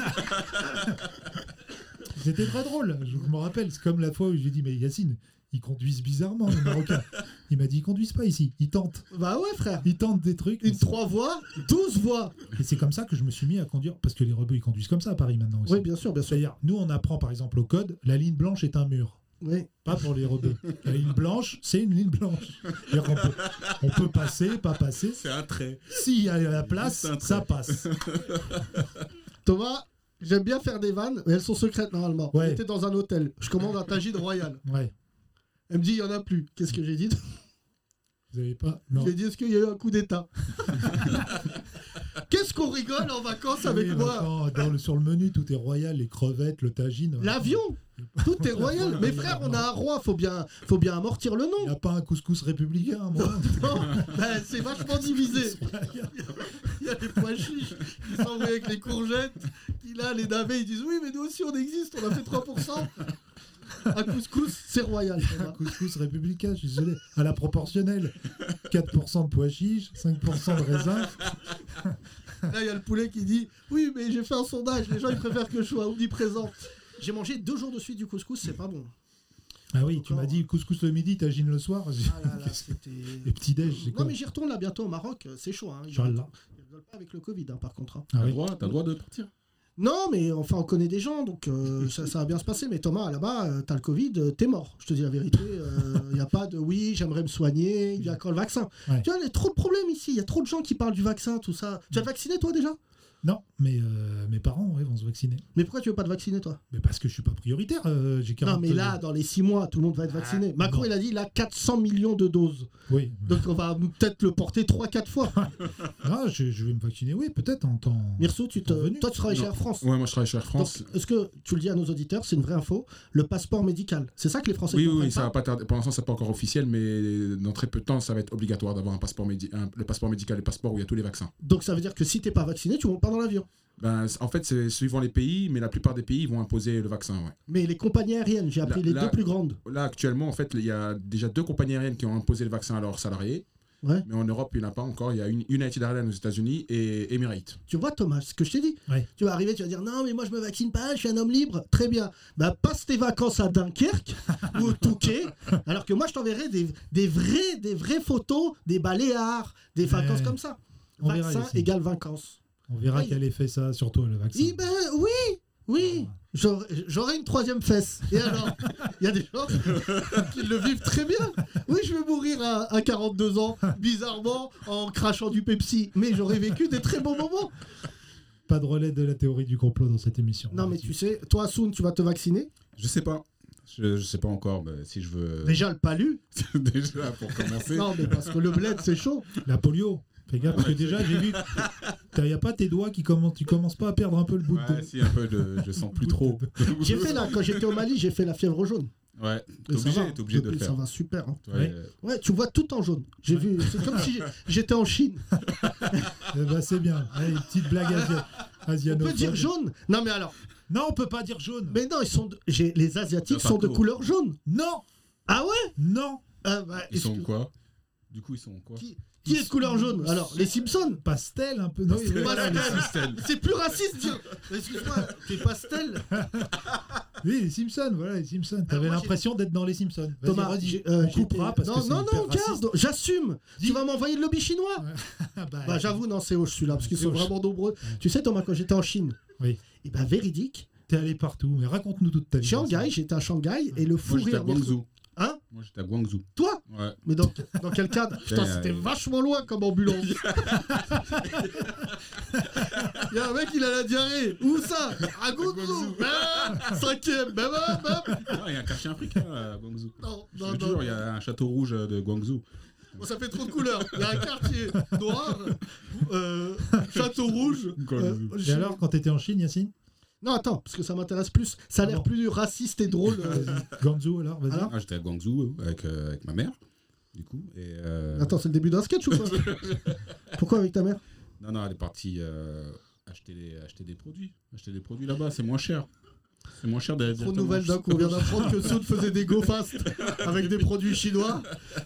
S4: C'était très drôle, je me rappelle. C'est comme la fois où j'ai dit, mais Yacine, ils conduisent bizarrement, les Marocains. Il m'a dit, ils conduisent pas ici, ils tentent.
S3: Bah ouais, frère.
S4: Ils tentent des trucs.
S3: Une trois voix, 12 voix.
S4: Et c'est comme ça que je me suis mis à conduire, parce que les rebeux, ils conduisent comme ça à Paris maintenant aussi.
S3: Oui, bien sûr, bien sûr.
S4: C'est-à-dire, nous, on apprend par exemple au code, la ligne blanche est un mur.
S3: Oui.
S4: Pas pour les rebeux. La ligne blanche, c'est une ligne blanche. C'est-à-dire qu'on peut- on peut passer, pas passer.
S5: C'est un trait.
S4: S'il y a la place,
S5: Juste un
S4: ça passe.
S3: Thomas, j'aime bien faire des vannes, mais elles sont secrètes normalement.
S4: Ouais.
S3: J'étais dans un hôtel. Je commande un tagine royal.
S4: Ouais.
S3: Elle me dit, il n'y en a plus. Qu'est-ce que j'ai dit
S4: Vous avez pas Non.
S3: J'ai dit, est-ce qu'il y a eu un coup d'État Qu'est-ce qu'on rigole en vacances avec
S4: Oui,
S3: moi
S4: maintenant, dans le- sur le menu, tout est royal, les crevettes, le tagine.
S3: L'avion Tout est royal. Mais frère, on a un roi, faut bien, faut bien amortir le
S4: Il n'y
S3: nom.
S4: a pas un couscous républicain, à un moment.
S3: Non, ben, c'est vachement divisé. Il y a les pois chiches qui s'envoient avec les courgettes, qui là, les navets, ils disent oui, mais nous aussi on existe, on a fait 3%. Un couscous, c'est royal. Thomas.
S4: couscous républicain, je suis désolé. À la proportionnelle. 4% de pois chiches, 5% de raisin.
S3: Là, il y a le poulet qui dit Oui, mais j'ai fait un sondage, les gens ils préfèrent que je sois omniprésent. J'ai mangé deux jours de suite du couscous, c'est pas bon.
S4: Ah oui, tu m'as dit couscous le midi, tagine le soir.
S3: Ah là là, c'était.
S4: Les petits déj, c'est
S3: Non,
S4: quoi
S3: mais j'y retourne là bientôt au Maroc, euh, c'est chaud. Hein. Ils
S4: Inch'Allah.
S3: rigolent pas avec le Covid, hein, par contre. hein.
S4: Ah
S5: T'as le
S4: oui.
S5: droit, t'as le droit de partir.
S3: Non, mais enfin, on connaît des gens, donc euh, ça, ça va bien se passer. Mais Thomas, là-bas, euh, t'as le Covid, euh, t'es mort. Je te dis la vérité. Il n'y a pas de oui, j'aimerais me soigner, il y a quand le vaccin.
S4: Ouais.
S3: Tu vois, il y a trop de problèmes ici. Il y a trop de gens qui parlent du vaccin, tout ça. Tu as vacciné, toi, déjà
S4: Non, mais euh, mes parents ouais, vont se vacciner.
S3: Mais pourquoi tu veux pas te vacciner, toi
S4: Mais parce que je suis pas prioritaire. euh, j'ai 40
S3: Non, mais là, dans les six mois, tout le monde
S6: Ah,
S3: va être vacciné. Macron,
S4: bon.
S3: il a dit, il a 400 millions de doses.
S4: Oui.
S3: Donc, on va peut-être le porter 3-4 fois.
S4: Ah, je, je vais me vacciner, oui, peut-être en temps.
S3: Mirso, tu te...
S4: Revenu.
S3: toi, tu travailles chez
S6: Non.
S3: Air France.
S6: Ouais, moi je travaille chez Air France.
S3: Donc, est-ce que tu le dis à nos auditeurs, c'est une vraie info, le passeport médical, c'est ça que les Français
S6: Oui, oui,
S3: comprennent
S6: oui, ça
S3: pas
S6: va pas tarder. Pour l'instant, c'est pas encore officiel, mais dans très peu de temps, ça va être obligatoire d'avoir un passeport médi- un- le passeport médical, le passeport où il y a tous les vaccins.
S3: Donc, ça veut dire que si t'es pas vacciné, tu montes pas dans l'avion.
S6: Ben, c- en fait, c'est suivant les pays, mais la plupart des pays ils vont imposer le vaccin. Ouais.
S3: Mais les compagnies aériennes, j'ai appelé
S6: Là-
S3: les
S6: là-
S3: deux plus grandes.
S6: Là, actuellement, en fait, il y a déjà deux compagnies aériennes qui ont imposé le vaccin à leurs salariés.
S3: Ouais.
S6: Mais en Europe, il n'y en a pas encore. Il y a une United Airlines aux États-Unis et Emirates.
S3: Tu vois, Thomas, ce que je t'ai dit.
S4: Ouais.
S3: Tu vas arriver, tu vas dire non, mais moi je me vaccine pas, je suis un homme libre. Très bien. Bah, passe tes vacances à Dunkerque ou au Touquet, alors que moi je t'enverrai des, des, vraies, des vraies photos des Baléares, des vacances
S4: Ouais.
S3: comme ça.
S4: On verra,
S3: Vaccin
S4: Yacine.
S3: égale vacances.
S4: On verra
S3: Oui.
S4: quel effet ça a sur toi, le vaccin.
S3: Eh ben, oui, oui. J'aurais- J'aurais une troisième fesse. Et alors Il y a des gens qui le vivent très bien. Oui, je vais mourir à, à 42 ans, bizarrement, en crachant du Pepsi. Mais j'aurais vécu des très bons moments.
S4: Pas de relais de la théorie du complot dans cette émission.
S3: Non, mais tu sais, toi, Soun, tu vas te vacciner.
S5: Je sais pas. Je, je sais pas encore mais si je veux.
S3: Déjà, le palu.
S5: Déjà, pour commencer.
S3: Non, mais parce que le bled, c'est chaud.
S4: La polio. Fais gaffe, parce que déjà, j'ai vu. Il n'y a pas tes doigts qui commencent. Tu commences pas à perdre un peu le bout de.
S5: Ouais, si, un peu de. Je sens plus trop.
S3: J'ai fait là, quand j'étais au Mali, j'ai fait la fièvre jaune.
S5: Ouais, t'es
S3: Et ça va.
S5: obligé, t'es obligé de le
S3: Et Ça
S5: faire.
S3: va super. hein.
S5: Ouais,
S4: Ouais.
S5: euh,
S3: Ouais, tu vois tout en jaune. J'ai vu. C'est comme si j'étais en Chine.
S4: Eh ben, c'est bien. Allez, petite blague asia...
S3: On
S4: asianophobe.
S3: peut dire jaune Non, mais alors.
S4: Non, on peut pas dire jaune.
S3: Mais non, ils sont. de- j'ai- Les Asiatiques
S5: Enfin,
S3: sont de
S5: cool.
S3: couleur jaune.
S4: Non,
S3: Ah ouais
S4: non.
S3: Ah bah,
S5: Ils sont
S3: excuse-
S5: quoi Du coup, ils sont quoi
S3: Qui, qui est de couleur jaune Alors, les Simpsons
S4: Pastel un peu. Non, oui, oui,
S3: Pastel.
S4: les-
S5: Ah,
S3: C'est plus raciste, dire. Excuse-moi, t'es pastel.
S4: oui, les Simpsons, voilà, les Simpsons. T'avais
S3: moi, j'ai-
S4: l'impression d'être dans les Simpsons. Vas-y,
S3: Thomas,
S4: redis.
S3: j'ai- euh,
S4: on coupera
S3: j'étais-
S4: parce
S3: non,
S4: que c'est
S3: non,
S4: hyper
S3: non,
S4: raciste.
S3: garde, j'assume.
S4: Dis.
S3: Tu vas m'envoyer le lobby chinois.
S4: Ah, bah,
S3: Bah, j'avoue, non, c'est hoche celui-là, parce qu'ils
S4: C'est
S3: sont
S4: hoche.
S3: vraiment nombreux. Tu sais, Thomas, quand j'étais en Chine,
S4: Oui.
S3: et ben véridique,
S4: T'es allé partout, mais raconte-nous toute ta vie.
S3: Shanghai, j'étais à Shanghai, et le fou
S5: Moi, j'étais à
S3: rire.
S5: Guangzhou.
S3: Hein
S5: Moi, j'étais à Guangzhou.
S3: Toi
S5: Ouais.
S3: Mais dans, dans quel cadre Putain,
S5: euh,
S3: c'était vachement loin comme ambulance. Il y a un mec, il a la diarrhée. Où ça À Guangzhou. Ah, Cinquième. Bah, bah, bah.
S5: Non, il y a un quartier africain euh, à Guangzhou.
S3: Non,
S5: Je
S3: non,
S5: te
S3: non.
S5: jure, il y a un château rouge euh, de Guangzhou.
S3: Bon, ça fait trop de couleurs. Il y a un quartier noir, euh, château rouge.
S5: Guangzhou.
S3: euh,
S4: Et alors, quand t'étais en Chine, Yacine
S3: Non, attends, parce que ça m'intéresse plus. Ça a
S4: Ah
S3: l'air
S4: bon.
S3: plus raciste et drôle. euh.
S4: Ganzo, alors, vas-y.
S3: Alors
S5: Ah, j'étais à Guangzhou euh, avec, euh, avec ma mère, du coup. Et, euh,
S3: Attends, c'est le début d'un sketch ou quoi Pourquoi avec ta mère
S5: Non, non, elle est partie euh, acheter, des- acheter des produits. Acheter des produits là-bas, c'est moins cher. C'est moins cher d'aller
S3: Trop de
S5: directement.
S3: nouvelles d'un coup. On vient d'apprendre que Soud faisait des go-fast avec des produits chinois.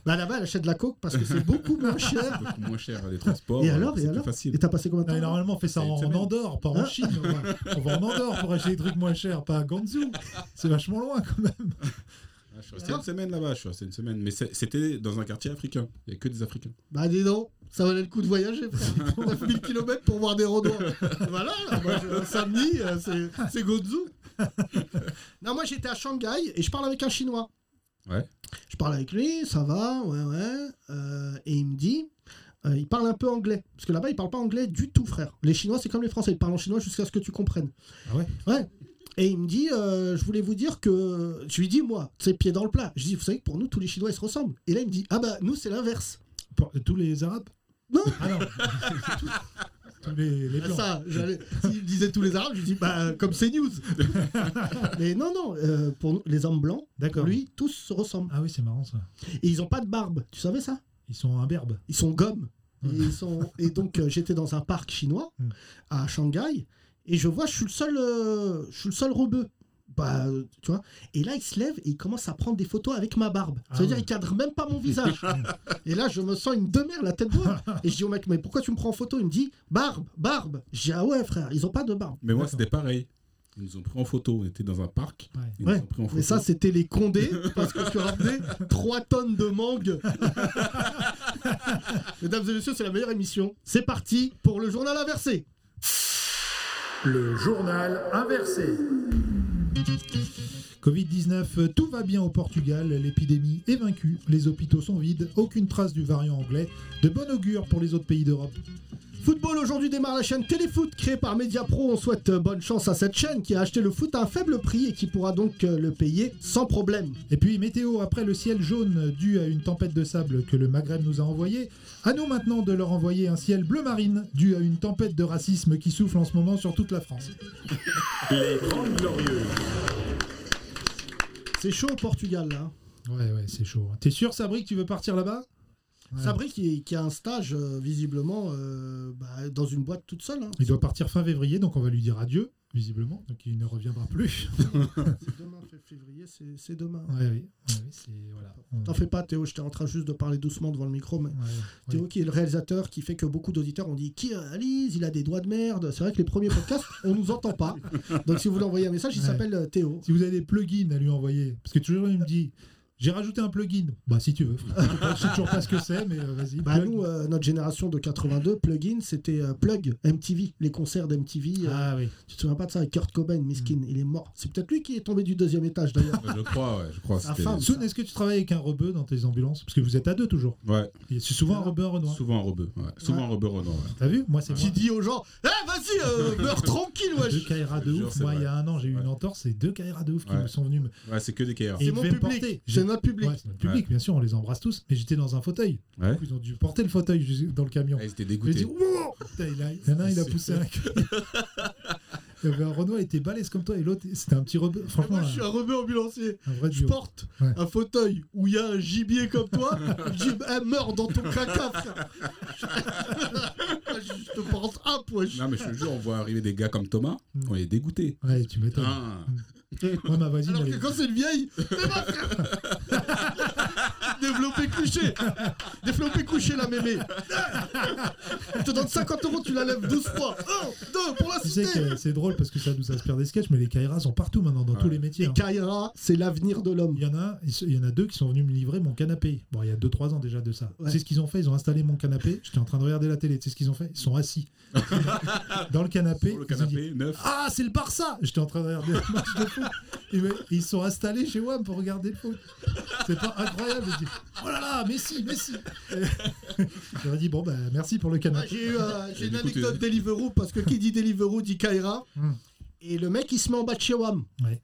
S3: Bah là-bas, elle achète de la coke parce que c'est beaucoup moins cher.
S5: Beaucoup moins cher les transports.
S3: Et
S5: euh,
S3: alors,
S5: c'est
S3: et
S5: plus
S3: alors Et
S5: facile.
S3: t'as passé combien de
S4: Non,
S3: temps
S4: mais
S3: là
S4: normalement, on fait ça
S5: C'est une
S4: en
S5: semaine.
S4: Andorre, pas en
S3: Hein
S4: Chine. on va- On va en Andorre pour acheter des trucs moins chers, pas à Guangzhou. C'est vachement loin quand même.
S5: Ah, je suis resté une semaine là-bas, je suis resté une semaine. Mais c'est- c'était dans un quartier africain. Il n'y a que des Africains.
S3: Bah dis donc, ça valait le coup de voyager, frère. 9000 km pour voir des Renois. voilà, là, moi, je- samedi, euh, c'est- c'est Gozu. non, moi j'étais à Shanghai et je parle avec un Chinois.
S5: Ouais.
S3: Je parle avec lui, ça va, ouais, ouais. euh, et il me dit, euh, il parle un peu anglais. Parce que là-bas, il parle pas anglais du tout, frère. Les Chinois, c'est comme les Français, ils parlent en chinois jusqu'à ce que tu comprennes.
S4: Ah ouais
S3: Ouais. Et il me dit, euh, je voulais vous dire que. Je lui dis, moi, c'est pied dans le plat. Je dis, vous savez que pour nous, tous les Chinois, ils se ressemblent. Et là, il me dit, ah bah, nous, c'est l'inverse.
S4: Pour- Tous les Arabes
S3: Non.
S4: Ah non Tous les, les
S3: Ah,
S4: Blancs.
S3: Ça, j'allais- s'il me disait tous les Arabes, je lui dis bah comme c'est news. Mais non, non, euh, pour nous, les hommes blancs,
S4: D'accord.
S3: lui, tous se ressemblent.
S4: Ah oui, c'est marrant ça.
S3: Et ils ont pas de barbe, tu savais ça
S4: Ils sont imberbes.
S3: Ils sont gommes. Et,
S4: Ouais.
S3: ils sont... et donc euh, j'étais dans un parc chinois
S4: Hmm.
S3: à Shanghai et je vois, je suis le seul, euh, je suis le seul rebeu. Bah, euh, tu vois. Et là, il se lève et il commence à prendre des photos avec ma barbe.
S4: Ah
S3: Ça veut dire,
S4: ouais.
S3: il cadre même pas mon visage. et là, je me sens une demeure, la tête noire. Et je dis au mec, mais pourquoi tu me prends en photo Il me dit, barbe, barbe. Je dis, ah ouais, frère, ils ont pas de barbe.
S5: Mais moi,
S4: D'accord.
S5: c'était pareil. Ils nous ont pris en photo. On était dans un parc.
S4: Ouais.
S5: Ils
S3: Ouais,
S5: nous ont pris en photo.
S3: Mais ça, c'était les condés, parce que tu ramenais 3 tonnes de mangue. Mesdames et messieurs, c'est la meilleure émission. C'est parti pour le journal inversé.
S1: Le journal inversé.
S4: Covid-19, euh, tout va bien au Portugal, l'épidémie est vaincue, les hôpitaux sont vides, aucune trace du variant anglais, de bon augure pour les autres pays d'Europe.
S3: Football aujourd'hui démarre la chaîne Téléfoot créée par Mediapro. On souhaite euh, bonne chance à cette chaîne qui a acheté le foot à un faible prix et qui pourra donc euh, le payer sans problème.
S4: Et puis météo, après le ciel jaune dû à une tempête de sable que le Maghreb nous a envoyé, à nous maintenant de leur envoyer un ciel bleu marine dû à une tempête de racisme qui souffle en ce moment sur toute la France.
S3: C'est chaud au Portugal hein. là.
S4: Ouais, ouais, c'est chaud. hein. T'es sûr, Sabri, que tu veux partir là-bas Ouais.
S3: Sabri qui, qui a un stage euh, visiblement euh, bah, dans une boîte toute seule. hein.
S4: Il doit partir fin février, donc on va lui dire adieu, visiblement, donc il ne reviendra plus.
S3: C'est demain, f- février, c'est c'est demain.
S4: Ouais, ouais, ouais, c'est... Voilà. On-
S3: T'en fais pas Théo, j'étais en train juste de parler doucement devant le micro, mais
S4: Ouais, ouais.
S3: Théo qui est le réalisateur qui fait que beaucoup d'auditeurs ont dit qui réalise, il a des doigts de merde. C'est vrai que les premiers podcasts, on nous entend pas. Donc si vous voulez envoyer un message, il
S4: Ouais.
S3: s'appelle euh, Théo.
S4: Si vous avez des plugins à lui envoyer, parce que toujours il me dit j'ai rajouté un plugin. Bah si tu veux. frère. Je sais toujours pas ce que c'est, mais euh, vas-y.
S3: Bah,
S4: plug.
S3: nous, euh, notre génération de 82, plugin, c'était euh, plug MTV, les concerts d'MTV. euh,
S4: ah Mm. oui.
S3: Tu te souviens pas de ça avec Kurt Cobain, miskin, il est mort. C'est peut-être lui qui est tombé du deuxième étage d'ailleurs.
S5: Ouais, Je crois, ouais, je crois.
S3: Sa
S5: c'était-
S3: femme.
S4: Soon, est-ce que tu travailles avec un rebeu dans tes ambulances Parce que vous êtes à deux toujours.
S5: Ouais,
S4: Et C'est souvent un rebeu un renoir.
S5: souvent un rebeu. ouais. Souvent un rebeu Renault. ouais.
S4: T'as vu Moi, c'est
S3: Qui
S4: moi.
S3: dit aux gens, eh vas-y, euh, meurs tranquille, wesh.
S4: Deux KRA de
S5: Je te jure,
S4: ouf.
S5: c'est
S4: Moi, il y
S5: vrai.
S4: a un an, j'ai eu une
S5: Ouais.
S4: entorse. C'est deux KRA de ouf qui
S5: Ouais.
S4: me sont venus. me-
S5: Ouais, c'est que des KR.
S4: Et
S3: C'est
S4: ils
S3: mon
S4: devaient me
S3: public,
S4: porter.
S3: c'est notre public.
S4: Ouais, c'est notre public, bien sûr, on les embrasse tous. Mais j'étais dans un fauteuil.
S5: Ouais.
S4: Ils ont dû porter le fauteuil jus- dans le camion.
S5: Ah, Ils étaient
S4: J'ai
S5: dégoûtés.
S4: dit, Wow Putain, il a, il y en a un, il a poussé un cul. Il y avait un Renoir, il était balèze comme toi, et l'autre, c'était un petit rebeu. Franchement,
S3: Moi, je suis un rebeu ambulancier.
S4: un, un vrai
S3: je
S4: duo.
S3: porte
S4: Ouais.
S3: un fauteuil où il y a un gibier comme toi, je dis, Eh, meurs dans ton caca, frère. je te porte un poche.
S5: Non, mais je te jure, on voit arriver des gars comme Thomas.
S4: Mm.
S5: On est dégoûtés. Ah,
S4: Ouais, tu m'étonnes.
S5: Putain. Hein.
S4: Moi, ma voisine,
S3: Alors
S4: elle,
S3: que quand c'est une vieille, c'est ma frère. Développer couché. Développer couché, la mémé. Je te donne 50 euros, tu la lèves 12 fois. Un, deux, pour la
S4: tu sais
S3: cité.
S4: que c'est drôle parce que ça nous inspire des sketchs, mais les Kairas sont partout maintenant, dans
S5: Ouais.
S4: tous les métiers.
S3: Les
S4: hein.
S3: Kaira, c'est l'avenir de l'homme.
S4: Il y, en a, un- ils se- il y en a deux qui sont venus me livrer mon canapé. Bon, il y a 2-3 ans déjà de ça.
S3: Ouais.
S4: C'est ce qu'ils ont fait, ils ont installé mon canapé. J'étais en train de regarder la télé. Tu sais ce qu'ils ont fait Ils sont assis dans le canapé.
S5: Sur le
S4: Ils ont dit,
S5: canapé, neuf.
S4: Ah, c'est le Barça J'étais en train de regarder le match de foot. Et ben, ils sont installés chez WAM pour regarder le foot. C'est pas incroyable. Je dis, oh là là, Messi, Messi Et- J'aurais dit, bon, bah, merci pour le
S3: Ah,
S4: canapé.
S3: J'ai eu, euh, j'ai
S5: Et
S3: une
S5: du coup,
S3: anecdote
S5: tu-
S3: Deliveroo parce que qui dit Deliveroo dit Kaira.
S4: Hmm.
S3: Et le mec il se met en bas de chez WAM.
S4: Ouais.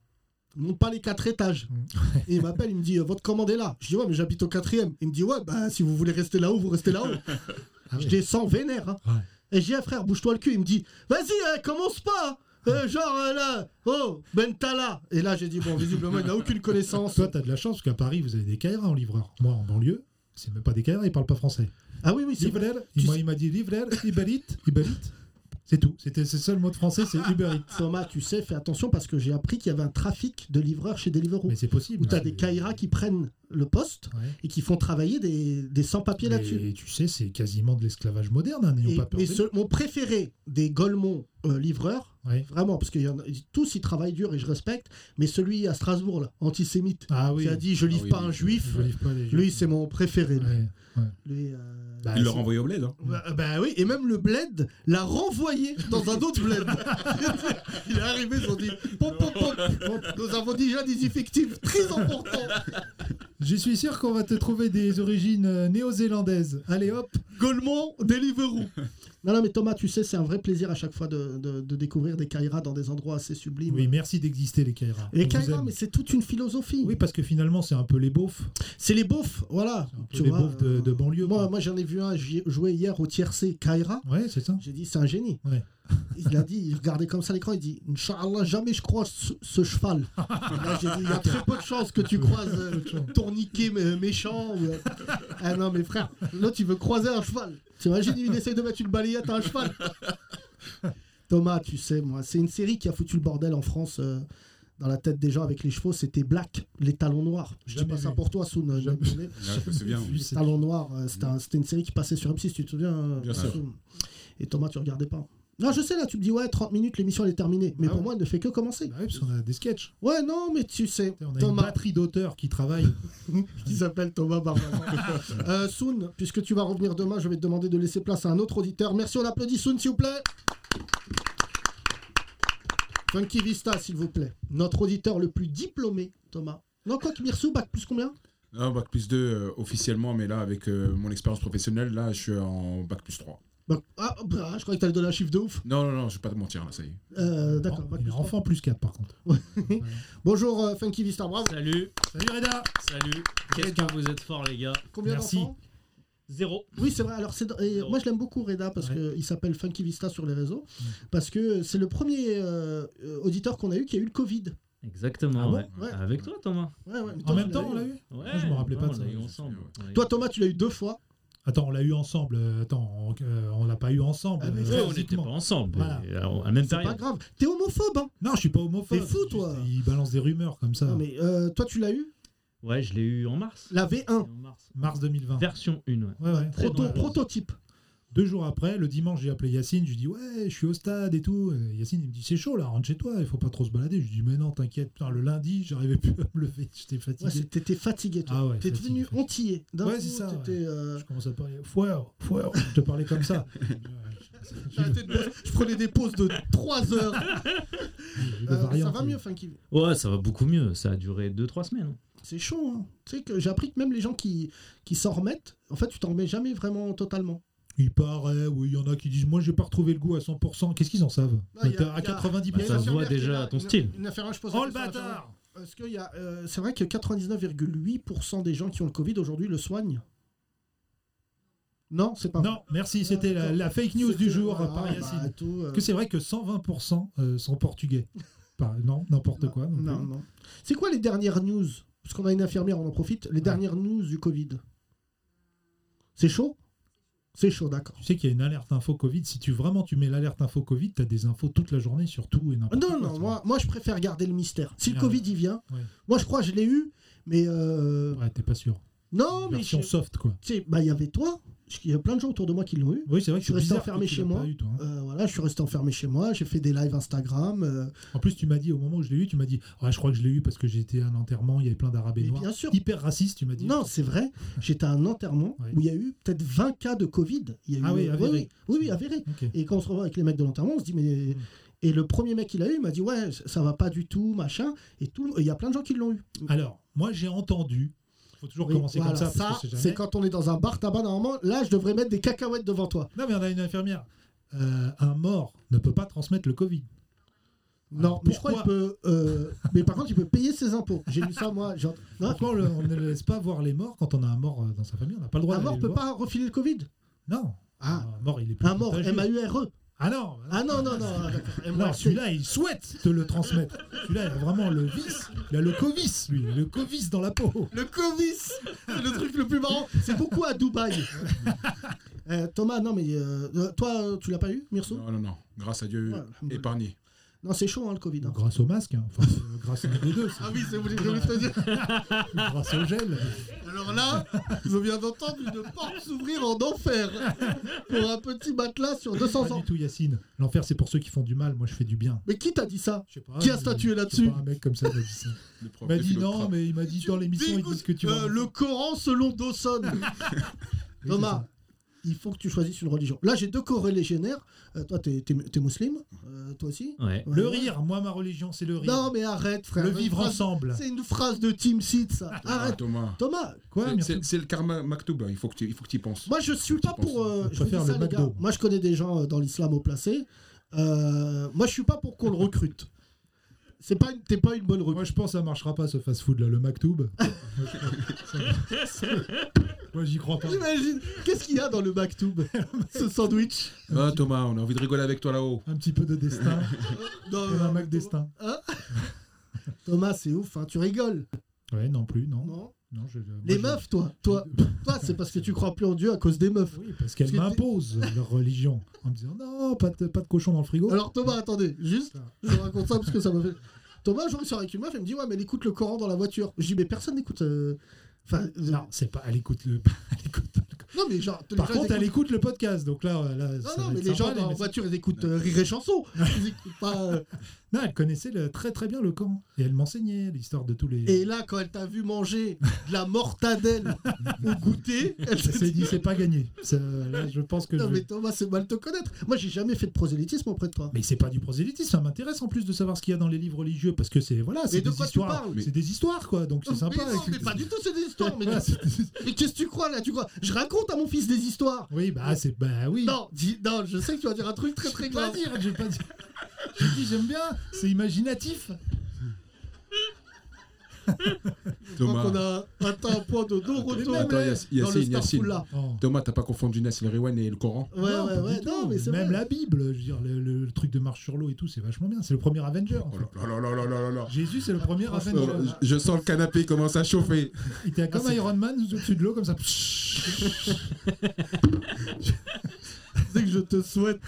S3: Il monte pas les quatre étages.
S4: Hmm.
S3: Et il m'appelle, il me dit euh, Votre commande est là. Je dis Ouais, mais j'habite au quatrième. Il me dit Ouais, bah si vous voulez rester là-haut, vous restez là-haut.
S4: Ah
S3: Je
S4: ouais.
S3: descends vénère. hein.
S4: Ouais.
S3: Et je dis Ah, frère, bouge-toi le cul. Il me dit Vas-y, euh, commence pas. Euh, genre euh, là, oh, Bentala. Et là j'ai dit Bon, visiblement il n'a aucune connaissance.
S4: Toi, t'as de la chance parce qu'à Paris, vous avez des Kaira en livreur. Moi, en banlieue, c'est même pas des Kaira, ils parlent pas français.
S3: Ah oui, oui, c'est
S4: Livrer,
S3: Tu
S4: il m'a-
S3: sais-
S4: il m'a dit livrer, iberit, iberit. C'est tout. C'était ses seuls mots de français, c'est Uber Eats.
S3: Thomas, tu sais, fais attention parce que j'ai appris qu'il y avait un trafic de livreurs chez Deliveroo.
S4: Mais c'est possible.
S3: où tu as
S4: C'est-
S3: des Kaira qui prennent le poste
S4: Ouais.
S3: et qui font travailler des, des sans-papiers là-dessus.
S4: Et tu sais, c'est quasiment de l'esclavage moderne, hein, n'ayons
S3: Et,
S4: pas peur.
S3: et
S4: de-
S3: ce- mon préféré des Golemont euh, livreurs,
S4: Ouais.
S3: vraiment, parce qu'ils tous ils travaillent dur et je respecte, mais celui à Strasbourg, là, antisémite,
S4: Ah oui.
S3: qui a dit je livre
S5: Ah oui,
S3: pas
S5: oui,
S3: un
S5: oui.
S3: juif,
S4: Je livre pas les
S3: lui c'est mon préféré. lui.
S4: Ouais.
S3: Lui, euh,
S4: Bah,
S5: Il
S4: c'est-
S5: leur envoyé au bled. hein.
S3: Bah, bah oui, et même le bled l'a renvoyé dans un autre bled. Il est arrivé, ils ont dit pop, pop, pop, pop, nous avons déjà des effectifs très importants.
S4: Je suis sûr qu'on va te trouver des origines euh, néo-zélandaises. Allez hop
S3: Golemont, Deliveroo. Non, non, mais Thomas, tu sais, c'est un vrai plaisir à chaque fois de, de- de découvrir des Kaira dans des endroits assez sublimes.
S4: Oui, merci d'exister, les Kaira. On
S3: Les
S4: vous
S3: Kaira,
S4: aime.
S3: mais c'est toute une philosophie.
S4: Oui, parce que finalement, c'est un peu les beaufs.
S3: C'est les beaufs, voilà.
S4: C'est un peu
S3: Tu
S4: les
S3: vois,
S4: beaufs de,
S3: euh,
S4: de banlieue.
S3: Moi,
S4: quoi.
S3: moi j'en ai vu un j'y ai joué hier au tiercé Kaira.
S4: Ouais, c'est ça.
S3: J'ai dit, c'est un génie.
S4: Ouais.
S3: Il a dit, il regardait comme ça l'écran, il dit Inch'Allah, jamais je croise ce, ce cheval. Là, j'ai dit, il y a très peu de chances que tu croises euh, tourniquet mé- méchant. ou, euh, Ah non, mais frère, l'autre, il veut croiser un cheval. T'imagines, il essaye de mettre une balayette à un cheval. Thomas, tu sais, moi, c'est une série qui a foutu le bordel en France. euh, dans la tête des gens avec les chevaux, c'était Black, les talons noirs. Je dis
S4: Jamais
S3: pas ça
S4: vu.
S3: pour toi, Soun.
S4: Jamais.
S3: mais-
S5: Là, je me souviens.
S4: Vu
S3: les
S4: cette-
S3: Talons Noirs, euh, c'était un- c'était une série qui passait sur M6, tu te souviens euh,
S5: Bien
S3: Soum
S5: sûr.
S3: Et Thomas, tu regardais pas. Non, je sais, là, tu me dis, ouais, 30 minutes, l'émission, elle est terminée. Mais
S4: Ah
S3: pour
S4: ouais.
S3: moi, elle ne fait que commencer.
S4: Bah ouais, parce qu'on a des sketchs.
S3: Ouais, non, mais tu sais,
S4: On a une
S3: Thomas,
S4: batterie d'auteurs qui travaillent.
S3: qui s'appelle Thomas Barbaran. euh, Soun, puisque tu vas revenir demain, je vais te demander de laisser place à un autre auditeur. Merci, on applaudit Soun, s'il vous plaît. Funky Vista, s'il vous plaît. Notre auditeur le plus diplômé, Thomas. Non, quoi que Mirsou, bac plus combien
S5: Ah, bac plus 2 euh, officiellement, mais là, avec euh, mon expérience professionnelle, là, je suis en bac plus 3.
S3: Bac- Ah, bah, je croyais que t'allais donner un chiffre de ouf.
S5: Non, non, non, je vais pas te mentir, là, ça y est.
S3: Euh, D'accord, bac
S4: Il est
S3: plus trois.
S4: enfant plus 4, par contre.
S3: Bonjour euh, Funky Vista, bravo.
S7: Salut,
S4: Salut Reda
S7: salut. Qu'est-ce que vous êtes forts, les gars.
S3: Combien
S4: Merci.
S3: d'enfants
S7: Zéro.
S3: Oui, c'est vrai. Alors, c'est et moi, je l'aime beaucoup, Reda, parce
S4: Ouais.
S3: que qu'il s'appelle Funky Vista sur les réseaux. Parce que c'est le premier euh, euh, auditeur qu'on a eu qui a eu le Covid.
S7: Exactement,
S3: Ah
S7: ouais.
S3: bon Ouais.
S7: Avec toi, Thomas.
S3: Ouais, ouais, mais
S4: En
S3: toi,
S4: même
S3: tu l'as
S4: temps, on
S3: eu.
S4: l'a eu
S7: Ouais,
S4: Ah, je me rappelais
S7: ouais,
S4: pas de
S7: on
S4: ça.
S7: l'a eu ensemble. On l'a
S3: Toi,
S7: eu-
S3: Thomas, tu l'as eu deux fois.
S4: Attends, on l'a eu ensemble. euh, Attends, on, euh, on l'a pas eu ensemble.
S3: Ah, mais
S4: euh,
S7: Ouais, on n'était pas
S4: physiquement.
S7: ensemble.
S4: Voilà.
S7: mais, euh, à la même
S3: C'est pas
S7: période.
S3: grave. T'es homophobe, hein
S4: Non, je suis pas homophobe.
S3: T'es fou, toi.
S4: Juste, Il balance des rumeurs comme ça.
S3: Non, mais euh, toi, tu l'as eu
S7: Ouais, je l'ai eu en mars.
S3: La
S7: En
S3: V1,
S7: mars.
S4: Mars 2020.
S7: Version 1, ouais.
S4: Ouais, ouais.
S7: Très
S3: proto-
S7: dangereux.
S3: prototype.
S4: Deux jours après, le dimanche, j'ai appelé Yacine. Je lui dis Ouais, je suis au stade et tout. Euh, Yacine, il me dit C'est chaud là, rentre chez toi, il faut pas trop se balader. Je lui dis Mais non, t'inquiète. Putain, le lundi, j'arrivais plus à me lever. J'étais
S3: Ouais,
S4: fatigué.
S3: c'est- T'étais fatigué, toi.
S4: Ah ouais,
S3: T'es
S4: fatigué,
S3: devenu
S4: fatigué.
S3: ontillé. D'un
S4: Ouais,
S3: coup,
S4: c'est ça,
S3: t'étais, euh,
S4: je commence à parler Fouer, fouer. Je te parlais comme ça. J'ai le-
S3: j'arrêtais de- Je prenais des pauses de 3 heures.
S4: j'ai le
S3: Euh, ça
S4: variant
S3: va
S4: qui-
S3: mieux, Funky.
S7: Ouais, ça va beaucoup mieux. Ça a duré 2-3 semaines.
S3: C'est chaud, hein. Tu sais que j'ai appris que même les gens qui, qui s'en remettent, en fait, tu t'en remets jamais vraiment totalement.
S4: Il paraît, oui, il y en a qui disent Moi, j'ai pas retrouvé le goût à 100%. Qu'est-ce qu'ils en savent
S3: Ah, y a-
S4: À
S3: y a-
S4: 90%.
S7: Bah,
S3: Il y a
S7: ça
S3: une
S7: se voit
S3: infirmière
S7: déjà
S3: qui est là,
S7: à ton
S3: une-
S7: style.
S3: une infirmière, je pose la
S4: Oh le
S3: question à la infirmière.
S4: bâtard
S3: Est-ce qu'il y a, euh, c'est vrai que 99,8% des gens qui ont le Covid aujourd'hui le soignent Non, c'est pas vrai.
S4: Non, merci, c'était la, la fake news
S3: C'était-
S4: du jour
S3: voilà,
S4: par
S3: bah,
S4: Yacine.
S3: tout, euh,
S4: Parce que c'est vrai que 120% euh, sont portugais. Par- non, n'importe quoi. non plus.
S3: non, non. C'est quoi les dernières news Parce qu'on a une infirmière, on en profite. Les dernières news du Covid. C'est chaud C'est chaud, d'accord.
S4: Tu sais qu'il y a une alerte info Covid. Si tu vraiment tu mets l'alerte info Covid, t'as des infos toute la journée sur tout et
S3: Ah,
S4: n'importe
S3: Non,
S4: quoi.
S3: non,
S4: tu
S3: moi, moi je préfère garder le mystère. Si le
S4: Ah,
S3: Covid il vient,
S4: ouais.
S3: moi je crois que je l'ai eu, mais euh,
S4: vois. Ouais, t'es pas sûr.
S3: non, mais je-
S4: Version soft, quoi.
S3: tu sais, bah, il y avait toi. Il y a plein de gens autour de moi qui l'ont eu.
S4: Oui, c'est vrai que
S3: Je suis resté
S4: c'est bizarre
S3: enfermé
S4: que tu
S3: chez
S4: l'aies
S3: moi.
S4: pas eu, toi, hein.
S3: Euh, voilà, je suis resté enfermé chez moi, j'ai fait des lives Instagram. euh,
S4: En plus, tu m'as dit, au moment où je l'ai eu, tu m'as dit Ah, Je crois que je l'ai eu parce que j'étais à un enterrement, il y avait plein d'arabes et
S3: Mais
S4: noirs.
S3: bien sûr.
S4: Hyper raciste, tu m'as dit.
S3: Non, c'est vrai, j'étais à un enterrement
S4: Ouais.
S3: où il y a eu peut-être 20 cas de Covid. Il y a
S4: Ah
S3: eu-
S4: oui, avéré.
S3: Oui, oui, oui, oui, avéré.
S4: Ok.
S3: Et quand on se revoit avec les mecs de l'enterrement, on se dit, mais.
S4: Mm.
S3: Et le premier mec qu'il a eu, il m'a dit, ouais, ça va pas du tout, machin. Et tout, le- il y a plein de gens qui l'ont eu.
S4: Alors, moi, j'ai entendu. faut toujours
S3: Oui,
S4: commencer
S3: voilà,
S4: comme ça. parce que c'est jamais-
S3: c'est quand on est dans un bar tabac, normalement, là, je devrais mettre des cacahuètes devant toi.
S4: Non, mais on a une infirmière. Euh, un mort ne peut pas transmettre le Covid.
S3: Non, mais je crois
S4: pourquoi
S3: qu'il peut. euh, mais par contre, il peut payer ses impôts. J'ai lu ça, moi. genre- hein Non,
S4: Pourquoi on, le- on ne le laisse pas voir les morts quand on a un mort euh, dans sa famille On n'a pas le droit
S3: un
S4: d'aller
S3: mort
S4: le
S3: peut
S4: voir.
S3: pas refiler le Covid.
S4: Non.
S3: Ah,
S4: Un mort, il est plus
S3: un mort, eh ben,
S4: contagieux.
S3: M-A-U-R-E.
S4: Ah non
S3: E. Ah non, non, non, ah, d'accord.
S4: Non,
S3: MRC.
S4: celui-là, il souhaite te le transmettre. celui-là, il a vraiment le vice. Il a le covis, lui. Le covis dans la peau.
S3: Le Covid, c'est le truc le plus marrant. C'est beaucoup à Dubaï. Euh, Thomas, non, mais euh, euh, toi, euh, tu l'as pas eu, Mirso
S6: Non, non, non. Grâce à Dieu,
S3: Ouais, alhamdoulilah.
S6: épargné.
S3: Non, c'est chaud, hein, le Covid. hein.
S4: Grâce au masque, hein. enfin, euh, grâce à un des deux, c'est-
S3: Ah oui, c'est voulu, je voulais te dire.
S4: grâce au gel.
S3: Alors là, je viens d'entendre une porte s'ouvrir en enfer pour un petit matelas sur 200
S4: Pas
S3: ans.
S4: du tout, Yacine. L'enfer, c'est pour ceux qui font du mal. Moi, je fais du bien.
S3: Mais qui t'a dit ça
S4: Ah, Je sais pas,
S3: Qui a
S4: mais-
S3: statué
S4: je sais
S3: là-dessus
S4: pas, Un mec comme ça m'a dit ça.
S6: Le
S4: Il
S6: prof
S4: m'a
S6: de
S4: dit
S6: philo
S4: Bah, non,
S6: crabe.
S4: mais il m'a dit dans l'émission, ils
S3: Dégoûte,
S4: disent que tu
S3: euh,
S4: vas.
S3: le Coran selon Dawson.
S4: Oui,
S3: Thomas, il faut que tu choisisses une religion. Là, j'ai deux corréligionnaires. Euh, toi, t'es t'es- t'es musulman, euh, toi aussi.
S7: Ouais.
S4: c'est ça. Le
S3: Ouais.
S4: rire, moi, ma religion, c'est le rire.
S3: Non, mais arrête, frère.
S4: le
S3: Une
S4: vivre
S3: phrase-
S4: ensemble.
S3: C'est une phrase de Team Seed, ça.
S6: Ah,
S3: Arrête.
S6: Thomas.
S3: Thomas,
S4: Quoi
S6: C'est-
S4: mais-
S6: c'est- C'est le karma
S5: hein.
S6: Maktoub, là. il faut que tu il faut que tu y penses.
S3: moi, je suis pas
S6: pense
S3: pour. euh, je
S4: Je
S3: vous
S4: préfère
S3: dis
S4: le
S3: ça, les gars.
S4: McDo.
S3: Moi, je connais des gens euh, dans l'islam au placé. Euh, moi, je suis pas pour qu'on le recrute. C'est pas, une- t'es pas une bonne recrue.
S4: Moi, je pense que ça marchera pas ce fast-food là, le MacTube. Moi, j'y crois pas.
S3: J'imagine. hein. Qu'est-ce qu'il y a dans le Maktoub Ce sandwich
S6: Ah, Thomas, on a envie de rigoler avec toi là-haut.
S4: Un petit peu de destin.
S3: Dans,
S4: Comme un Mac destin.
S3: Euh, Thomas, c'est ouf, hein, tu rigoles.
S4: Ouais, non plus, non.
S3: Non
S4: Non, je- je- moi,
S3: Les
S4: je-
S3: meufs, toi, toi, toi, c'est parce que tu crois plus en Dieu à cause des meufs.
S4: Oui, parce
S3: Parce
S4: qu'elles
S3: que t'es-
S4: m'imposent leur religion. En me disant non, pas de, pas de cochon dans le frigo.
S3: Alors Thomas, attendez, juste, je vous raconte ça parce que ça m'a fait. Thomas, un jour, il sort avec une meuf, elle me dit ouais, mais elle écoute le Coran dans la voiture. Je dis mais personne n'écoute. euh, Enfin, euh,
S4: Ah, Non, c'est pas. Elle écoute le. elle écoute pas le-
S3: non mais genre. les
S4: Par
S3: gens,
S4: contre,
S3: ils
S4: elle
S3: écoutent-
S4: écoute le podcast. Donc là, euh, là ça
S3: Non non,
S4: va
S3: mais
S4: être
S3: les gens
S4: sympa,
S3: dans la
S4: messages.
S3: voiture, ils écoutent euh, rire et chanson. Ils écoutent pas. euh,
S4: Non, elle connaissait le- très très bien le camp. Et elle m'enseignait l'histoire de tous les.
S3: Et là, quand elle t'a vu manger de la mortadelle au goûter, elle
S4: elle
S3: s'est
S4: s'est
S3: dit.
S4: dit, c'est pas gagné. Ça, Là, je pense que.
S3: Non
S4: je-
S3: mais Thomas, c'est mal te connaître. Moi, j'ai jamais fait de prosélytisme auprès de toi.
S4: Mais c'est pas du prosélytisme, ça m'intéresse en plus de savoir ce qu'il y a dans les livres religieux parce que c'est voilà, c'est
S3: de
S4: des
S3: quoi tu
S4: histoires,
S3: parles
S4: c'est des histoires quoi, donc c'est sympa.
S3: Mais non, mais pas du tout, c'est des histoires. Mais,
S4: Voilà, c'est des-
S3: mais qu'est-ce que tu crois là Tu crois Je raconte à mon fils des histoires.
S4: Oui, bah c'est bah oui.
S3: Non, dis, non, je sais que tu vas dire un truc très
S4: je
S3: très
S4: vais pas
S3: grave.
S4: dire, je vais pas dire. Je dis j'aime bien, c'est imaginatif.
S3: Donc on
S6: Thomas,
S3: a atteint un point de non-retour
S4: même
S6: attends,
S3: dans
S6: Yass- Yacine,
S3: le Star
S6: Yacine.
S3: là.
S4: Oh.
S6: Thomas, t'as pas confondu Nassim Rewan et le Coran
S3: Ouais,
S4: Non,
S3: ouais,
S4: pas
S3: ouais,
S4: du
S3: non,
S4: tout.
S3: mais c'est
S4: Même
S3: vrai.
S4: la Bible, je veux dire le, le- le truc de marche sur l'eau et tout, c'est vachement bien. C'est le premier Avenger. en
S6: Oh
S4: fait.
S6: là là là là là là là.
S4: Jésus, c'est le
S3: Ah,
S4: premier Avenger.
S6: Euh, je- je sens le canapé commence à chauffer.
S3: euh,
S4: Il était
S3: ah,
S4: comme Iron Man au-dessus de l'eau comme ça.
S3: Tu sais que je te souhaite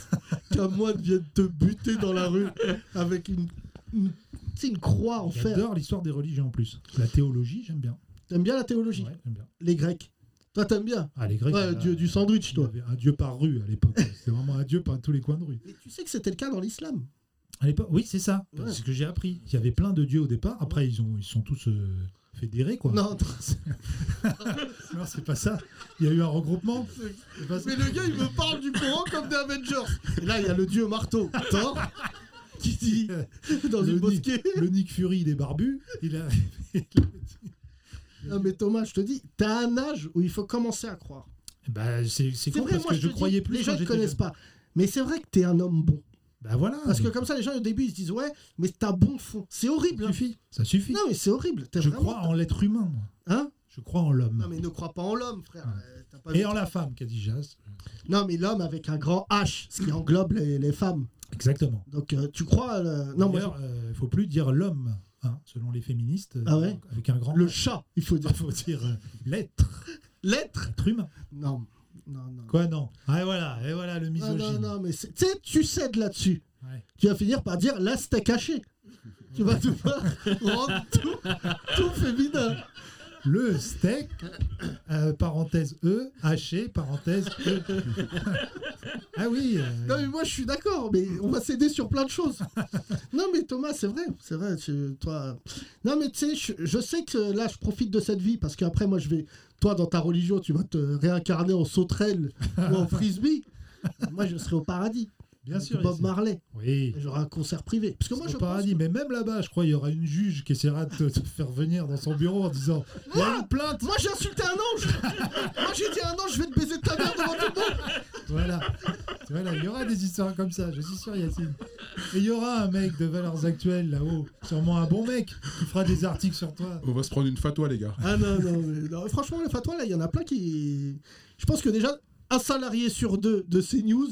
S3: qu'un moine vienne te buter dans la rue avec une, une, tu sais, une croix en fer.
S4: J'adore l'histoire des religions en plus. La théologie, j'aime bien.
S3: T'aimes bien la théologie
S4: Ouais, j'aime bien.
S3: Les Grecs. Toi, t'aimes bien
S4: Ah, les Grecs.
S3: Ouais,
S4: euh,
S3: dieu du sandwich,
S4: Il y
S3: toi.
S4: avait un dieu par rue à l'époque. C'était vraiment un dieu par tous les coins de rue.
S3: Mais tu sais que c'était le cas dans l'islam.
S4: À l'époque, oui, c'est ça.
S3: Ouais.
S4: C'est ce que j'ai appris. Il y avait plein de dieux au départ. Après, ils ont, ils sont tous euh, fédérés, quoi.
S3: Non,
S4: Non, c'est pas ça. Il y a eu un regroupement. bah, C'est pas ça.
S3: mais le gars, il me parle du Coran comme des Avengers. Et là, il y a le dieu marteau, Thor, qui dit dans
S4: Le
S3: une
S4: nid.
S3: mosquée.
S4: Le Nick Fury, il est barbu. Il a...
S3: Non, mais Thomas, je te dis, t'as un âge où il faut commencer à croire.
S4: bah, c'est
S3: C'est
S4: c'est con
S3: vrai,
S4: parce
S3: moi,
S4: que
S3: je
S4: je
S3: te dis,
S4: croyais plus.
S3: Les gens
S4: quand
S3: ne
S4: j'étais
S3: connaissent
S4: jeune.
S3: pas. Mais c'est vrai que t'es un homme bon.
S4: Bah voilà.
S3: Parce que
S4: mais
S3: comme ça, les gens, au début, ils se disent Ouais, mais t'as bon fond. C'est horrible.
S4: ça
S3: hein.
S4: suffit. Ça suffit.
S3: Non, mais c'est horrible. T'es
S4: je
S3: vraiment-
S4: crois en l'être humain. moi.
S3: Hein
S4: Je crois en
S3: Non,
S4: l'homme.
S3: mais ne crois pas en l'homme, frère.
S4: Ouais.
S3: Euh, t'as pas vu-
S4: Et en la femme, qu'a dit Jas.
S3: Non, mais l'homme avec un grand H, ce qui englobe les, les femmes.
S4: Exactement.
S3: Donc, euh, tu crois. euh, Non, moi,
S4: D'ailleurs, euh, faut plus dire l'homme, hein, selon les féministes.
S3: Ah ouais
S4: Avec un grand.
S3: le chat, il faut dire.
S4: Il faut dire euh, l'être,
S3: L'être
S4: l'être humain.
S3: Non, non, non.
S4: Quoi non Ah et voilà, et voilà le
S3: Non,
S4: misogyne.
S3: non, non, mais c'est- tu sais, tu cèdes là-dessus.
S4: Ouais.
S3: Tu vas finir par dire là, c'était caché. Tu vas devoir rendre tout, tout féminin.
S4: Le steak, euh, parenthèse E, haché, parenthèse E. ah oui, euh,
S3: Non, mais moi, je suis d'accord, mais on va s'aider sur plein de choses. non, mais Thomas, c'est vrai, c'est vrai. tu- toi... Non, mais tu sais, je, je sais que là, je profite de cette vie parce qu'après, moi, je vais. Toi, dans ta religion, tu vas te réincarner en sauterelle ou en frisbee. Moi, je serai au paradis.
S4: bien sûr.
S3: Bob
S4: ici.
S3: Marley.
S4: Oui.
S3: J'aurai un concert privé. Parce que moi,
S4: Au
S3: je
S4: paradis, mais même là-bas, je crois, il y aura une juge qui essaiera de te, te faire venir dans son bureau en disant Il y a
S3: Ah
S4: une plainte
S3: Moi j'ai insulté un ange Moi j'ai dit à un ange je vais te baiser ta mère devant tout le monde
S4: Voilà. Voilà, il y aura des histoires comme ça, je suis sûr, Yacine. Et il y aura un mec de valeurs actuelles là-haut, sûrement un bon mec, qui fera des articles sur toi.
S6: On va se prendre une fatwa, les gars.
S3: Ah non non, mais non. franchement les fatwas là il y en a plein qui. Je pense que déjà un salarié sur deux de CNews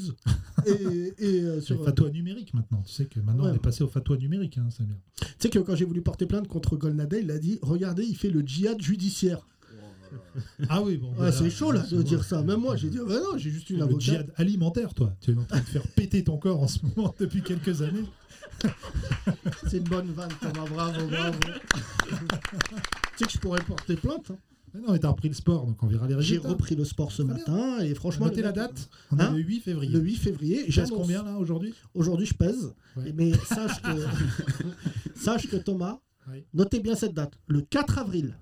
S3: et, et euh,
S4: Sur
S3: sur.
S4: les fatwas numériques maintenant. Tu sais que maintenant, on
S3: Ouais.
S4: est passé aux fatwas numériques, hein, Samir.
S3: euh, Tu sais que quand j'ai voulu porter plainte contre Golnadel, il a dit regardez il fait le djihad judiciaire.
S4: Ah oui, bon.
S3: Ouais,
S4: voilà.
S3: c'est chaud là de
S4: bon.
S3: dire ça. Même moi, j'ai dit, ah bah non, j'ai juste une
S4: Le
S3: avocate.
S4: djihad alimentaire, toi. Tu es en train de faire péter ton corps en ce moment depuis quelques années.
S3: C'est une bonne vanne, Thomas. Bravo, bravo. tu sais que je pourrais porter plainte. hein.
S4: Mais non, mais t'as repris le sport, donc on verra les
S3: J'ai
S4: résultats.
S3: repris le sport ce
S4: Très
S3: matin et franchement.
S4: Notez
S3: les
S4: la
S3: gars,
S4: date. On
S3: Hein
S4: est le 8 février.
S3: Le 8 février.
S4: Tu pèses
S3: j'annonce-
S4: combien là aujourd'hui
S3: Aujourd'hui, je pèse.
S4: Ouais.
S3: Mais sache que, sache que Thomas,
S4: Ouais.
S3: notez bien cette date. Le 4 avril.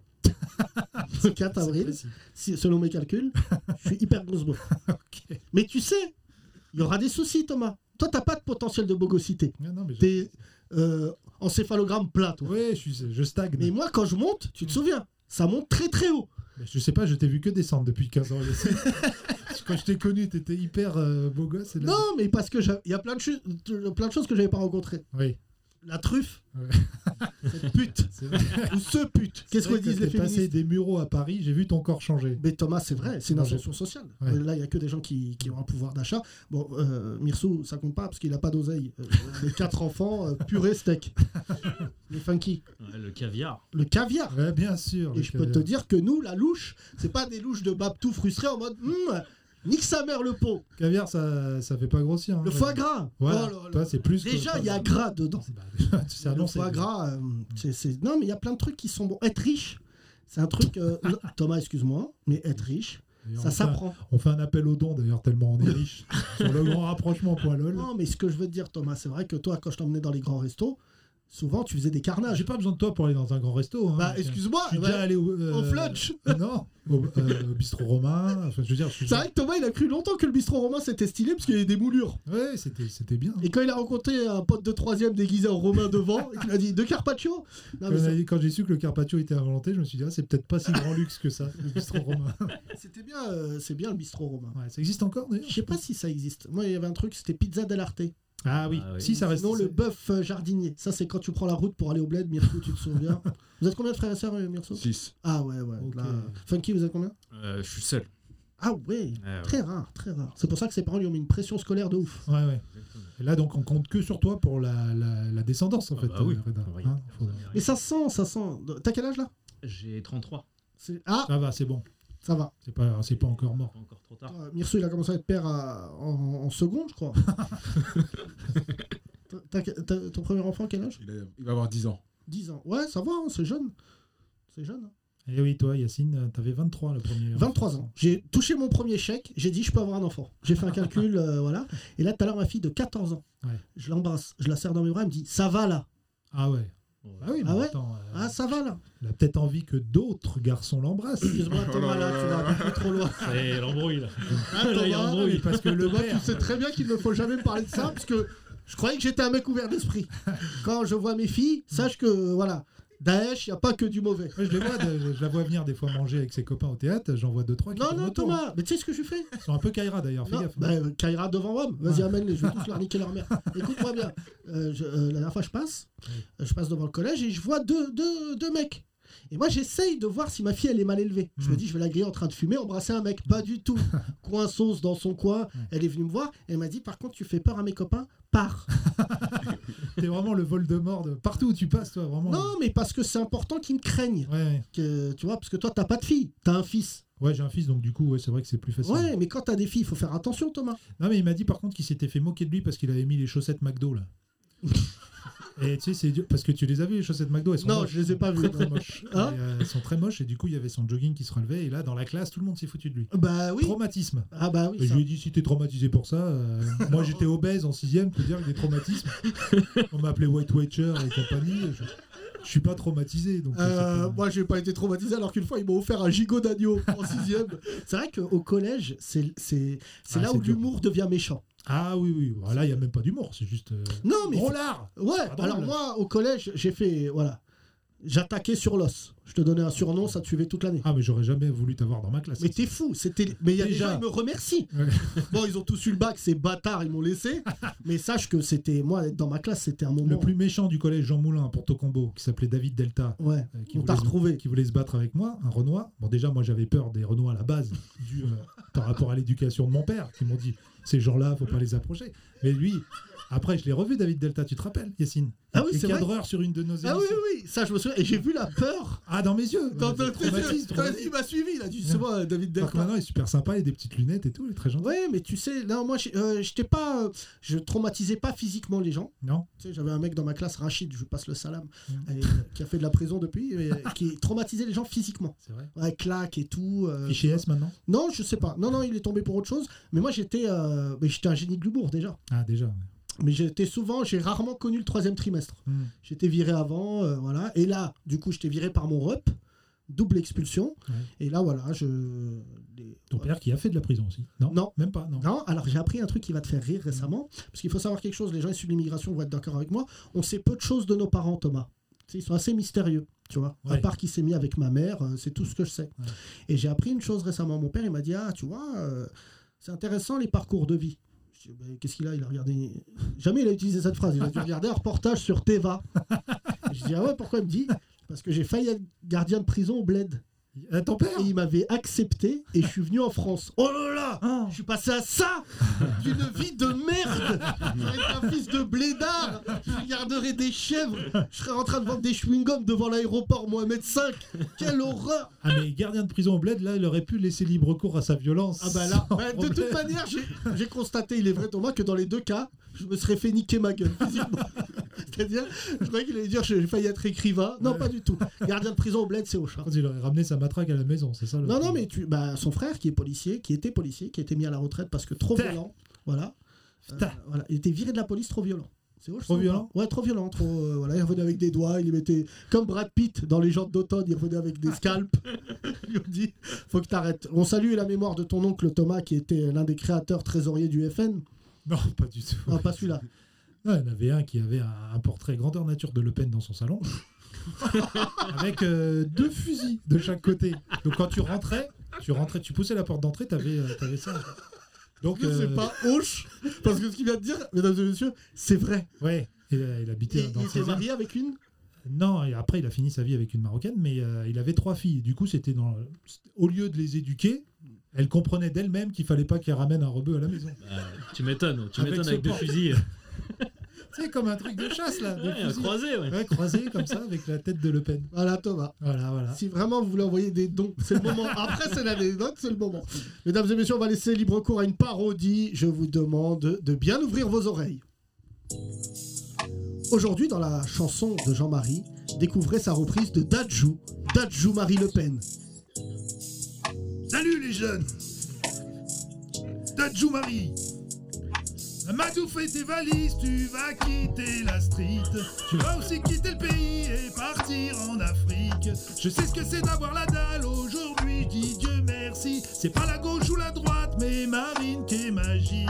S3: Le 4 avril,
S4: précis.
S3: si- selon mes calculs, je suis hyper grosse bouffe.
S4: Ok.
S3: Mais tu sais, il y aura des soucis, Thomas. Toi, t'as pas de potentiel de bogosité.
S4: Non, non, mais je...
S3: T'es euh, encéphalogramme plat, toi.
S4: Ouais, je, suis- je stagne.
S3: Mais moi, quand je monte, tu te souviens, ça monte très très haut.
S4: Mais Je sais pas, je t'ai vu que descendre depuis 15 ans. Quand je t'ai connu, t'étais hyper euh, beau gosse. et là-
S3: Non, mais parce que j'a- il y a plein de, chu- de- plein de choses que j'avais pas rencontrées.
S4: Oui,
S3: La truffe,
S4: Ouais.
S3: cette pute,
S4: c'est vrai.
S3: ou ce pute. Qu'est-ce que
S4: C'est vrai
S3: disent les
S4: t'es passé
S3: féministes
S4: des mureaux à Paris, j'ai vu ton corps changer.
S3: Mais Thomas, c'est vrai, c'est une
S4: Non, j'ai-
S3: ascension sociale. Euh,
S4: Ouais.
S3: Là, il y a que des gens qui, qui ont un pouvoir d'achat. Bon, euh, Mirsou, ça compte pas parce qu'il a pas d'oseille. Euh, les quatre enfants, euh, purée steak. les funky.
S7: Ouais, le caviar.
S3: Le caviar.
S4: Ouais, bien sûr.
S3: Et
S4: le
S3: je peux te
S4: caviar.
S3: dire que nous, la louche, c'est pas des louches de bab tout frustrés en mode Hum, nique sa mère le pot,
S4: Caviar, ça, ça fait pas grossir. hein.
S3: le foie gras.
S4: Voilà,
S3: Oh là là.
S4: toi, c'est plus. que-
S3: Déjà, il y a gras dedans.
S4: Bah, déjà, tu sais
S3: Le
S4: annoncer.
S3: foie gras, euh,
S4: Mm.
S3: c'est- c'est- non, mais il y a plein de trucs qui sont bons. Être riche, c'est un truc. euh, non, Thomas, excuse-moi, mais être riche,
S4: Et on
S3: ça
S4: fait-
S3: s'apprend.
S4: On fait un appel aux dons d'ailleurs, tellement on est riche. sur le grand rapprochement poilol.
S3: Non, mais ce que je veux te dire, Thomas, c'est vrai que toi, quand je t'emmenais dans les grands restos, souvent tu faisais des carnages.
S4: Ah, J'ai pas besoin de toi pour aller dans un grand resto. hein.
S3: Bah, excuse-moi,
S4: Je suis
S3: ouais,
S4: déjà allé au. euh,
S3: au flunch.
S4: Non, au, euh, au bistrot romain. Enfin, je veux dire, je suis.
S3: C'est vrai que Thomas, il a cru longtemps que le bistrot romain c'était stylé parce qu'il y avait des moulures.
S4: Ouais, c'était c'était bien.
S3: Et quand il a rencontré un pote de troisième déguisé en romain devant, et qu'il a dit De Carpaccio Non,
S4: Quand,
S3: mais
S4: on a
S3: c'est-
S4: dit- quand j'ai su que le Carpaccio était inventé, je me suis dit, ah, c'est peut-être pas si grand luxe que ça, le bistrot romain.
S3: c'était bien, euh, c'est bien le bistrot romain.
S4: Ouais, ça existe encore d'ailleurs
S3: Je sais pas si ça existe. Moi, il y avait un truc, c'était Pizza dell'Arte.
S4: Ah oui,
S7: Ah oui.
S4: si ça reste.
S3: Sinon, le bœuf euh, jardinier. Ça, c'est quand tu prends la route pour aller au bled, Mirko, tu te souviens. vous êtes combien de frères et sœurs, euh, Mirko
S6: 6.
S3: Ah ouais, ouais.
S4: Ok.
S3: là. Funky, vous êtes combien
S7: Euh, je suis seul.
S3: Ah ouais,
S7: Ah, ouais.
S3: très rare, très rare. C'est pour ça que ses parents lui ont mis une pression scolaire de ouf.
S4: Ouais, ouais. Et là, donc, on compte que sur toi pour la, la, la descendance, en
S7: Ah
S4: fait.
S7: bah oui.
S4: euh, Reda.
S7: On va y-
S4: Hein, faut-
S3: Mais ça sent, ça sent. T'as quel âge là
S7: J'ai 33.
S3: C'est- Ah,
S4: Ça va, c'est bon.
S3: ça va.
S4: C'est pas, c'est pas encore mort.
S7: Pas encore trop tard.
S3: Euh, Mirso, il a commencé à être père à- en, en seconde, je crois. T'as- t'as- t'as- ton premier enfant, quel âge
S6: Il, a- il va avoir 10 ans.
S3: 10 ans. Ouais, ça va, hein, c'est jeune. C'est jeune. hein.
S4: Et oui, toi, Yacine, euh, t'avais 23 le premier.
S3: 23 ans. J'ai touché mon premier chèque, j'ai dit je peux avoir un enfant. J'ai fait un calcul, euh, voilà. Et là, tout à l'heure, ma fille de 14 ans,
S4: Ouais.
S3: je l'embrasse, je la serre dans mes bras, elle me dit ça va là.
S4: Ah ouais. Ah oui, mais
S3: Ah ouais
S4: attends, euh,
S3: Ah, ça va là.
S4: elle a peut-être envie que d'autres garçons l'embrassent.
S3: Excuse-moi, Thomas, Oh là, tu vas un peu trop loin.
S7: C'est l'embrouille là.
S3: Ah,
S7: Là, il y a
S3: Thomas,
S7: embrouille.
S4: Parce que le
S3: Thomas, tu
S4: père.
S3: sais très bien qu'il ne faut jamais me parler de ça, parce que je croyais que j'étais un mec ouvert d'esprit. Quand je vois mes filles, sache que, voilà, Daesh, il n'y a pas que du mauvais.
S4: Moi, je, les vois, de- je la vois venir des fois manger avec ses copains au théâtre. J'en vois deux, trois qui
S3: Non,
S4: tournent
S3: non,
S4: autour.
S3: Thomas, mais tu sais ce que je fais
S4: Ils sont un peu Kaira d'ailleurs, fais
S3: Non,
S4: gaffe. hein.
S3: bah, euh, Kaira devant Rome, vas-y,
S4: Ouais.
S3: amène-les, je vais tous leur niquer leur mère. Écoute-moi bien. Euh, je- euh, la dernière fois, je passe, euh, je passe devant le collège et je vois deux, deux, deux mecs. Et moi, j'essaye de voir si ma fille, elle est mal élevée. Je me
S4: Mm.
S3: dis, je vais la griller en train de fumer, embrasser un mec. Pas du tout. coin sauce dans son coin. Elle est venue me voir. Elle m'a dit, par contre, tu fais peur à mes copains, pars.
S4: hein. T'es vraiment le vol de mort de partout où tu passes, toi, vraiment.
S3: Non, mais parce que c'est important qu'ils me craignent.
S4: Ouais, ouais.
S3: Que, tu vois, parce que toi, t'as pas de fille, t'as un fils.
S4: Ouais, j'ai un fils, donc du coup, ouais, c'est vrai que c'est plus facile.
S3: Ouais, mais quand t'as des filles, il faut faire attention, Thomas.
S4: Non, mais il m'a dit par contre qu'il s'était fait moquer de lui parce qu'il avait mis les chaussettes McDo là. et tu sais, c'est dur- parce que tu les as vues les chaussettes McDo, elles sont
S3: Non,
S4: moches.
S3: je les ai pas vues.
S4: Très, très moches.
S3: Hein
S4: Et, euh, elles sont très moches et du coup, il y avait son jogging qui se relevait et là, dans la classe, tout le monde s'est foutu de lui.
S3: Bah oui.
S4: Traumatisme.
S3: Ah bah oui.
S4: Et je
S3: ça-
S4: lui ai dit si t'es traumatisé pour ça, euh, moi j'étais obèse en sixième, je peux dire que des traumatismes. On m'appelait White Watcher et compagnie. Je, je suis pas traumatisé donc.
S3: Euh,
S4: c'est pas-
S3: moi, j'ai pas été traumatisé alors qu'une fois, ils m'ont offert un gigot d'agneau en sixième. C'est vrai qu'au collège, c'est c'est c'est
S4: Ah,
S3: là
S4: c'est
S3: où
S4: dur.
S3: l'humour devient méchant.
S4: Ah oui oui, voilà, il y a même pas d'humour, c'est juste. euh,
S3: Non, mais
S4: Branlard
S3: ouais.
S4: pas drôle.
S3: Alors moi, au collège, j'ai fait voilà, j'attaquais sur l'os. Je te donnais un surnom, ça te suivait toute l'année.
S4: Ah mais j'aurais jamais voulu t'avoir dans ma classe.
S3: Mais t'es fou, c'était. Mais il y a
S4: Déjà.
S3: des gens, ils me remercient.
S4: Ouais.
S3: Bon, ils ont tous eu le bac, ces bâtards, ils m'ont laissé. Mais sache que c'était. Moi, être dans ma classe, c'était un moment.
S4: Le plus méchant du collège Jean Moulin pour Tocombo, qui s'appelait David Delta,
S3: Ouais,
S4: euh, qui,
S3: on t'a
S4: voulait,
S3: retrouvé.
S4: qui voulait se battre avec moi, un Renoir. Bon, déjà, moi, j'avais peur des Renois à la base, dû, euh, par rapport à l'éducation de mon père, qui m'ont dit ces gens-là, faut pas les approcher. Mais lui, Après, je l'ai revu, David Delta, tu te rappelles, Yacine
S3: Ah oui,
S4: Et
S3: c'est vrai.
S4: cadreur sur une de nos
S3: Ah oui,
S4: émissions.
S3: oui, oui, ça je me souviens. Et j'ai vu la peur
S4: Ah, dans mes yeux
S3: quand
S4: Ouais,
S3: quand-
S4: traumatisme,
S3: quand
S4: traumatisme.
S3: il m'a suivi. Il a dit, c'est moi, David
S4: Alors que
S3: Delta.
S4: maintenant, il est super sympa, il a des petites lunettes et tout, il est très gentil.
S3: Ouais, mais tu sais, là, moi, j'ai- euh, j'étais pas. euh, je traumatisais pas physiquement les gens.
S4: Non
S3: Tu sais, j'avais un mec dans ma classe, Rachid, je lui passe le salam,
S4: Mhm.
S3: et, euh, qui a fait de la prison depuis, et, euh, qui traumatisait les gens physiquement.
S4: C'est vrai.
S3: Ouais, claque et tout. euh,
S4: Fichier S maintenant
S3: Non, je sais pas. Non, non, il est tombé pour autre chose. Mais moi, j'étais euh, mais j'étais un génie de l'humour déjà.
S4: Ah, déjà. ouais.
S3: Mais j'étais souvent, j'ai rarement connu le troisième trimestre.
S4: Hmm.
S3: J'étais viré avant, euh, voilà. Et là, du coup, j'étais viré par mon rep, double expulsion.
S4: Ouais.
S3: Et là, voilà, je. les-
S4: Ton
S3: voilà.
S4: père qui a fait de la prison aussi Non
S3: Non.
S4: Même pas, non.
S3: Non, alors j'ai appris un truc qui va te faire rire récemment, parce qu'il faut savoir quelque chose, les gens issus de l'immigration vont être d'accord avec moi, on sait peu de choses de nos parents, Thomas. Tu sais, Ils sont assez mystérieux, tu vois. À
S4: Ouais.
S3: part qu'il s'est mis avec ma mère, euh, c'est tout ce que je sais.
S4: Ouais.
S3: Et j'ai appris une chose récemment, mon père, il m'a dit, ah, tu vois, euh, c'est intéressant les parcours de vie. Je dis, Ben, Qu'est-ce qu'il a Il a regardé. Jamais il a utilisé cette phrase. Il a dû regarder un reportage sur Teva. je dis ah ouais pourquoi il me dit Parce que j'ai failli être gardien de prison au bled.
S4: Ah, ton père
S3: Et il m'avait accepté et je suis venu en France. Oh là là
S4: Ah.
S3: je suis passé à ça d'une vie de merde avec un fils de blédard. Je garderais des chèvres. Je serais en train de vendre des chewing-gums devant l'aéroport Mohamed V. Quelle horreur
S4: Ah, mais gardien de prison au bled, là, il aurait pu laisser libre cours à sa violence.
S3: Ah bah là,
S4: sans
S3: bah, de
S4: problème.
S3: toute manière, j'ai- j'ai constaté, il est vrai Thomas, que dans les deux cas, je me serais fait niquer ma gueule physiquement. C'est-à-dire, je croyais qu'il allait dire j'ai failli être écrivain. Non, pas du tout. Gardien de prison au bled, c'est au chat.
S4: Quand il aurait ramené sa matraque à la maison, c'est ça le
S3: Non,
S4: truc.
S3: non, mais tu, bah, son frère qui est policier, qui était policier, qui a été mis à la retraite parce que trop
S4: Putain.
S3: violent. Voilà. Euh,
S4: Putain.
S3: voilà. Il était viré de la police trop violent. C'est hein.
S4: Trop violent
S3: Ouais, trop violent. Trop, euh, voilà, il revenait avec des doigts, il les mettait. Comme Brad Pitt dans Les gens d'automne, il revenait avec des scalps. Ils lui ont dit Faut que t'arrêtes. On salue la mémoire de ton oncle Thomas, qui était l'un des créateurs trésoriers du FN.
S4: Non, pas du tout.
S3: Ah, pas celui-là.
S4: Non, il y en avait un qui avait un, un portrait grandeur nature de Le Pen dans son salon, avec euh, deux fusils de chaque côté. Donc quand tu rentrais, tu rentrais, tu poussais la porte d'entrée, t'avais euh, t'avais ça. Donc
S3: Je sais
S4: euh,
S3: pas, Hoche, parce que ce qu'il vient de dire, mesdames et messieurs, c'est vrai.
S4: ouais, il, a- il habitait
S3: Il,
S4: dans
S3: il était
S4: ses
S3: marié avec une.
S4: Non, et après il a fini sa vie avec une marocaine, mais euh, il avait trois filles. Du coup, c'était dans au lieu de les éduquer, elle comprenait d'elle-même qu'il fallait pas qu'elle ramène un rebeu à la maison.
S7: Bah, tu m'étonnes, tu
S4: Avec
S7: m'étonnes
S4: ce
S7: avec deux
S4: porte.
S7: fusils.
S4: C'est comme un truc de chasse là, des
S7: Ouais, un
S4: fusils.
S7: croisé, ouais.
S4: Ouais, croisé comme ça avec la tête de Le Pen.
S3: Voilà, Thomas.
S4: Voilà, voilà.
S3: Si vraiment vous voulez envoyer des dons, c'est le moment. Après, c'est l'anecdote, c'est le moment. Mesdames et messieurs, on va laisser libre cours à une parodie. Je vous demande de bien ouvrir vos oreilles. Aujourd'hui, dans la chanson de Jean-Marie, découvrez sa reprise de Dadjou, Dadjou Marie Le Pen.
S4: Salut les jeunes Dadjou Marie Madou fais tes valises, tu vas quitter la street Tu vas aussi quitter le pays et partir en Afrique Je sais ce que c'est d'avoir la dalle, aujourd'hui je dis Dieu merci C'est pas la gauche ou la droite, mais Marine qui est magique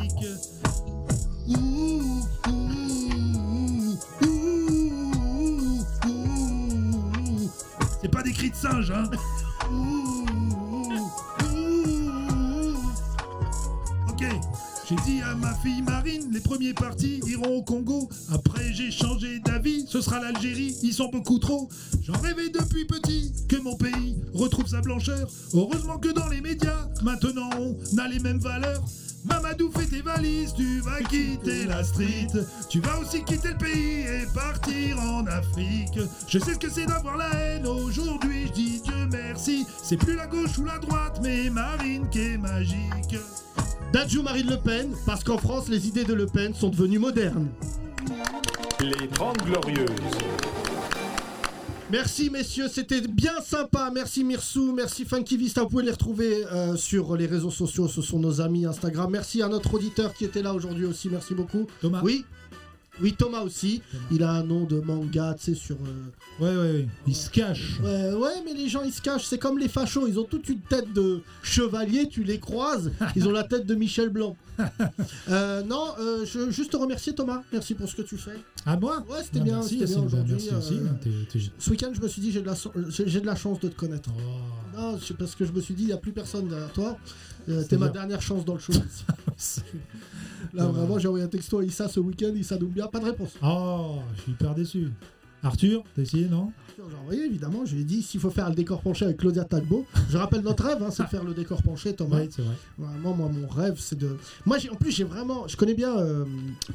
S3: Ouh, ouh, ouh, ouh, ouh, ouh,
S4: C'est pas des cris de singe, hein
S3: ouh, ouh.
S4: Ok, j'ai dit à ma fille Marine, les premiers partis iront au Congo. Après, j'ai changé d'avis, ce sera l'Algérie, ils sont beaucoup trop. J'en rêvais depuis petit que mon pays retrouve sa blancheur. Heureusement que dans les médias, maintenant on a les mêmes valeurs. Mamadou, fais tes valises, tu vas quitter la street. Tu vas aussi quitter le pays et partir en Afrique. Je sais ce que c'est d'avoir la haine, aujourd'hui je dis Dieu merci. C'est plus la gauche ou la droite, mais Marine qui est magique.
S3: Dadjou Marine Le Pen, parce qu'en France, les idées de Le Pen sont devenues modernes.
S8: Les 30 Glorieuses.
S3: Merci messieurs, c'était bien sympa. Merci Mirsou, merci Funky Vista. Vous pouvez les retrouver euh, sur les réseaux sociaux, ce sont nos amis Instagram. Merci à notre auditeur qui était là aujourd'hui aussi, merci beaucoup.
S4: Thomas
S3: Oui oui, Thomas aussi. Il a un nom de manga, tu sais, sur. euh,
S4: Ouais, ouais, ouais. Il se cache.
S3: Ouais, ouais, mais les gens, ils se cachent. C'est comme les fachos. Ils ont toute une tête de chevalier. Tu les croises. Ils ont la tête de Michel Blanc. Euh, non, euh, je veux juste te remercier, Thomas. Merci pour ce que tu fais.
S4: À moi
S3: Ouais, Ah, c'était
S4: Bah,
S3: bien.
S4: Merci,
S3: c'était bien
S4: Yacine. Bah,
S3: aujourd'hui.
S4: Merci aussi.
S3: euh,
S4: T'es- t'es-
S3: Ce week-end, je me suis dit, j'ai de, la so- euh, j'ai j'ai de la chance de te connaître.
S4: Oh.
S3: Non, c'est parce que je me suis dit, il n'y a plus personne derrière toi. Euh, T'es
S4: C'est
S3: ma
S4: bien.
S3: dernière chance dans le show.
S4: c'est-
S3: Là,
S4: Ouais.
S3: vraiment, j'ai envoyé un texto à Issa ce week-end. Issa Doumbia, pas de réponse.
S4: Oh, je suis hyper déçu. Arthur, t'as essayé, non
S3: J'ai envoyé évidemment, je lui ai dit s'il faut faire le décor penché avec Claudia Tagbo. Je rappelle notre rêve, hein, c'est de faire le décor penché, Thomas.
S4: Ouais, c'est vrai.
S3: Vraiment, moi, mon rêve, c'est de. Moi, j'ai- en plus, j'ai vraiment. Je connais bien euh,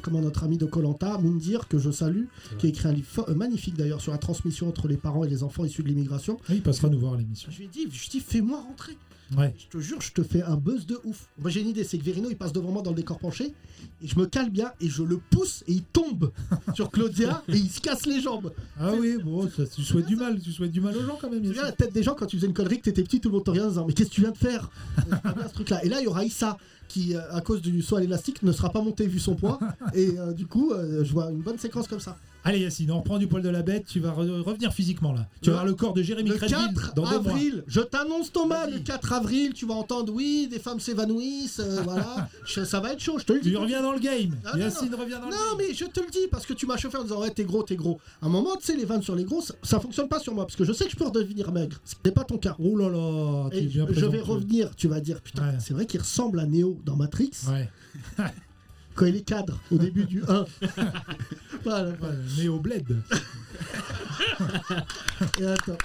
S3: comment notre ami de Colanta, Moundir, que je salue, qui a écrit un livre fo- euh, magnifique d'ailleurs sur la transmission entre les parents et les enfants issus de l'immigration.
S4: Ah, il passera nous voir à l'émission.
S3: Je lui ai dit, je lui ai dit, fais-moi rentrer.
S4: Ouais.
S3: Je te jure, je te fais un buzz de ouf. Moi, j'ai une idée, c'est que Verino, il passe devant moi dans le décor penché, et je me cale bien, et je le pousse, et il tombe sur Claudia, et il se casse les jambes.
S4: Ah oui, bon, ça- tu souhaites du mal, tu souhaites du mal aux gens quand même.
S3: Tu
S4: Yacine.
S3: viens la tête des gens quand tu faisais une connerie que t'étais petit, tout le monde te regardait en disant Mais qu'est-ce que tu viens de faire Euh, C'est pas bien, ce truc-là. Et là, il y aura Issa qui, euh, à cause du saut à l'élastique, ne sera pas monté vu son poids. Et euh, du coup, euh, je vois une bonne séquence comme ça.
S4: Allez Yacine, on reprend du poil de la bête, tu vas re- revenir physiquement là. Tu
S3: Le-
S4: vas avoir le corps de Jérémy
S3: Le
S4: Crédville
S3: 4
S4: dans deux mois.
S3: avril, je t'annonce Thomas, le 4 avril, tu vas entendre Oui, des femmes s'évanouissent, euh, voilà. Je- ça va être chaud, je te le dis.
S4: Tu reviens dans le game.
S3: Ah, non,
S4: Yacine revient dans
S3: Non,
S4: le game.
S3: mais je te le dis, parce que tu m'as chauffé en disant Ouais, t'es gros, t'es gros. À un moment, tu sais, les vannes sur les gros, ça, ça fonctionne pas sur moi, parce que je sais que je peux redevenir maigre. Ce n'est pas ton cas.
S4: Oh là là, tu
S3: Et
S4: es bien
S3: je vais
S4: présentueux.
S3: revenir, tu vas dire Putain,
S4: Ouais.
S3: c'est vrai qu'il ressemble à Neo dans Matrix.
S4: Ouais.
S3: quand il est cadre au début du 1. voilà.
S4: Ouais, Néo Bled.
S3: Et attends.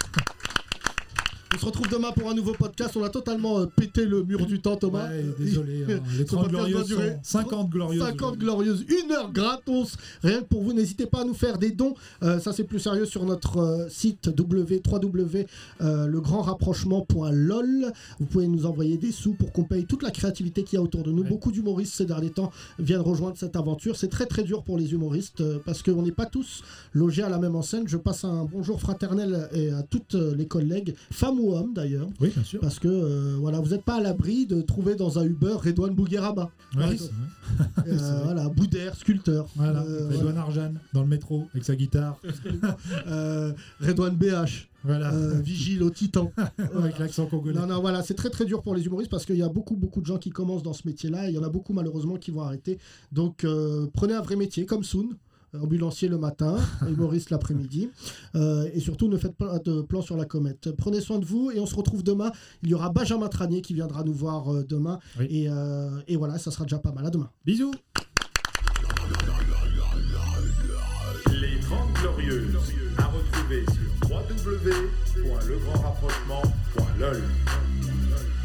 S3: On se retrouve demain pour un nouveau podcast. On a totalement euh, pété le mur du temps, Thomas.
S4: Ouais, désolé, hein, les
S3: Ce
S4: 30
S3: podcast
S4: glorieuses
S3: doit durer
S4: sont 50 glorieuses.
S3: 50 glorieuses, une heure gratos, rien que pour vous. N'hésitez pas à nous faire des dons. Euh, ça, c'est plus sérieux sur notre euh, site www.legrandrapprochement.lol. Vous pouvez nous envoyer des sous pour qu'on paye toute la créativité qu'il y a autour de nous.
S4: Ouais.
S3: Beaucoup d'humoristes ces derniers temps viennent rejoindre cette aventure. C'est très très dur pour les humoristes euh, parce qu'on n'est pas tous logés à la même enseigne. Je passe un bonjour fraternel et à toutes euh, les collègues, femmes ou hommes d'ailleurs.
S4: Oui, bien sûr.
S3: Parce que euh, voilà, vous n'êtes pas à l'abri de trouver dans un Uber Redouane Bougueraba.
S4: Ouais,
S3: Ouais.
S4: c'est vrai.
S3: Euh, voilà, Boudère, sculpteur.
S4: Voilà,
S3: Euh,
S4: Edouard
S3: voilà.
S4: Arjan dans le métro avec sa guitare.
S3: Euh, Redouane BH,
S4: Voilà,
S3: euh, Vigile au Titan.
S4: avec l'accent congolais.
S3: Non, non, voilà, c'est très très dur pour les humoristes parce qu'il y a beaucoup beaucoup de gens qui commencent dans ce métier-là et il y en a beaucoup malheureusement qui vont arrêter. Donc euh, prenez un vrai métier comme Soon. euh, Ambulancier le matin, humoriste l'après-midi. Euh, et surtout, ne faites pas de plan sur la comète. Prenez soin de vous et on se retrouve demain. Il y aura Benjamin Tranier qui viendra nous voir euh, demain.
S4: Oui.
S3: Et, euh, et voilà, ça sera déjà pas mal. À demain.
S4: Bisous.
S8: Les 30 Glorieuses. À retrouver sur www.legrandrapprochement.lol.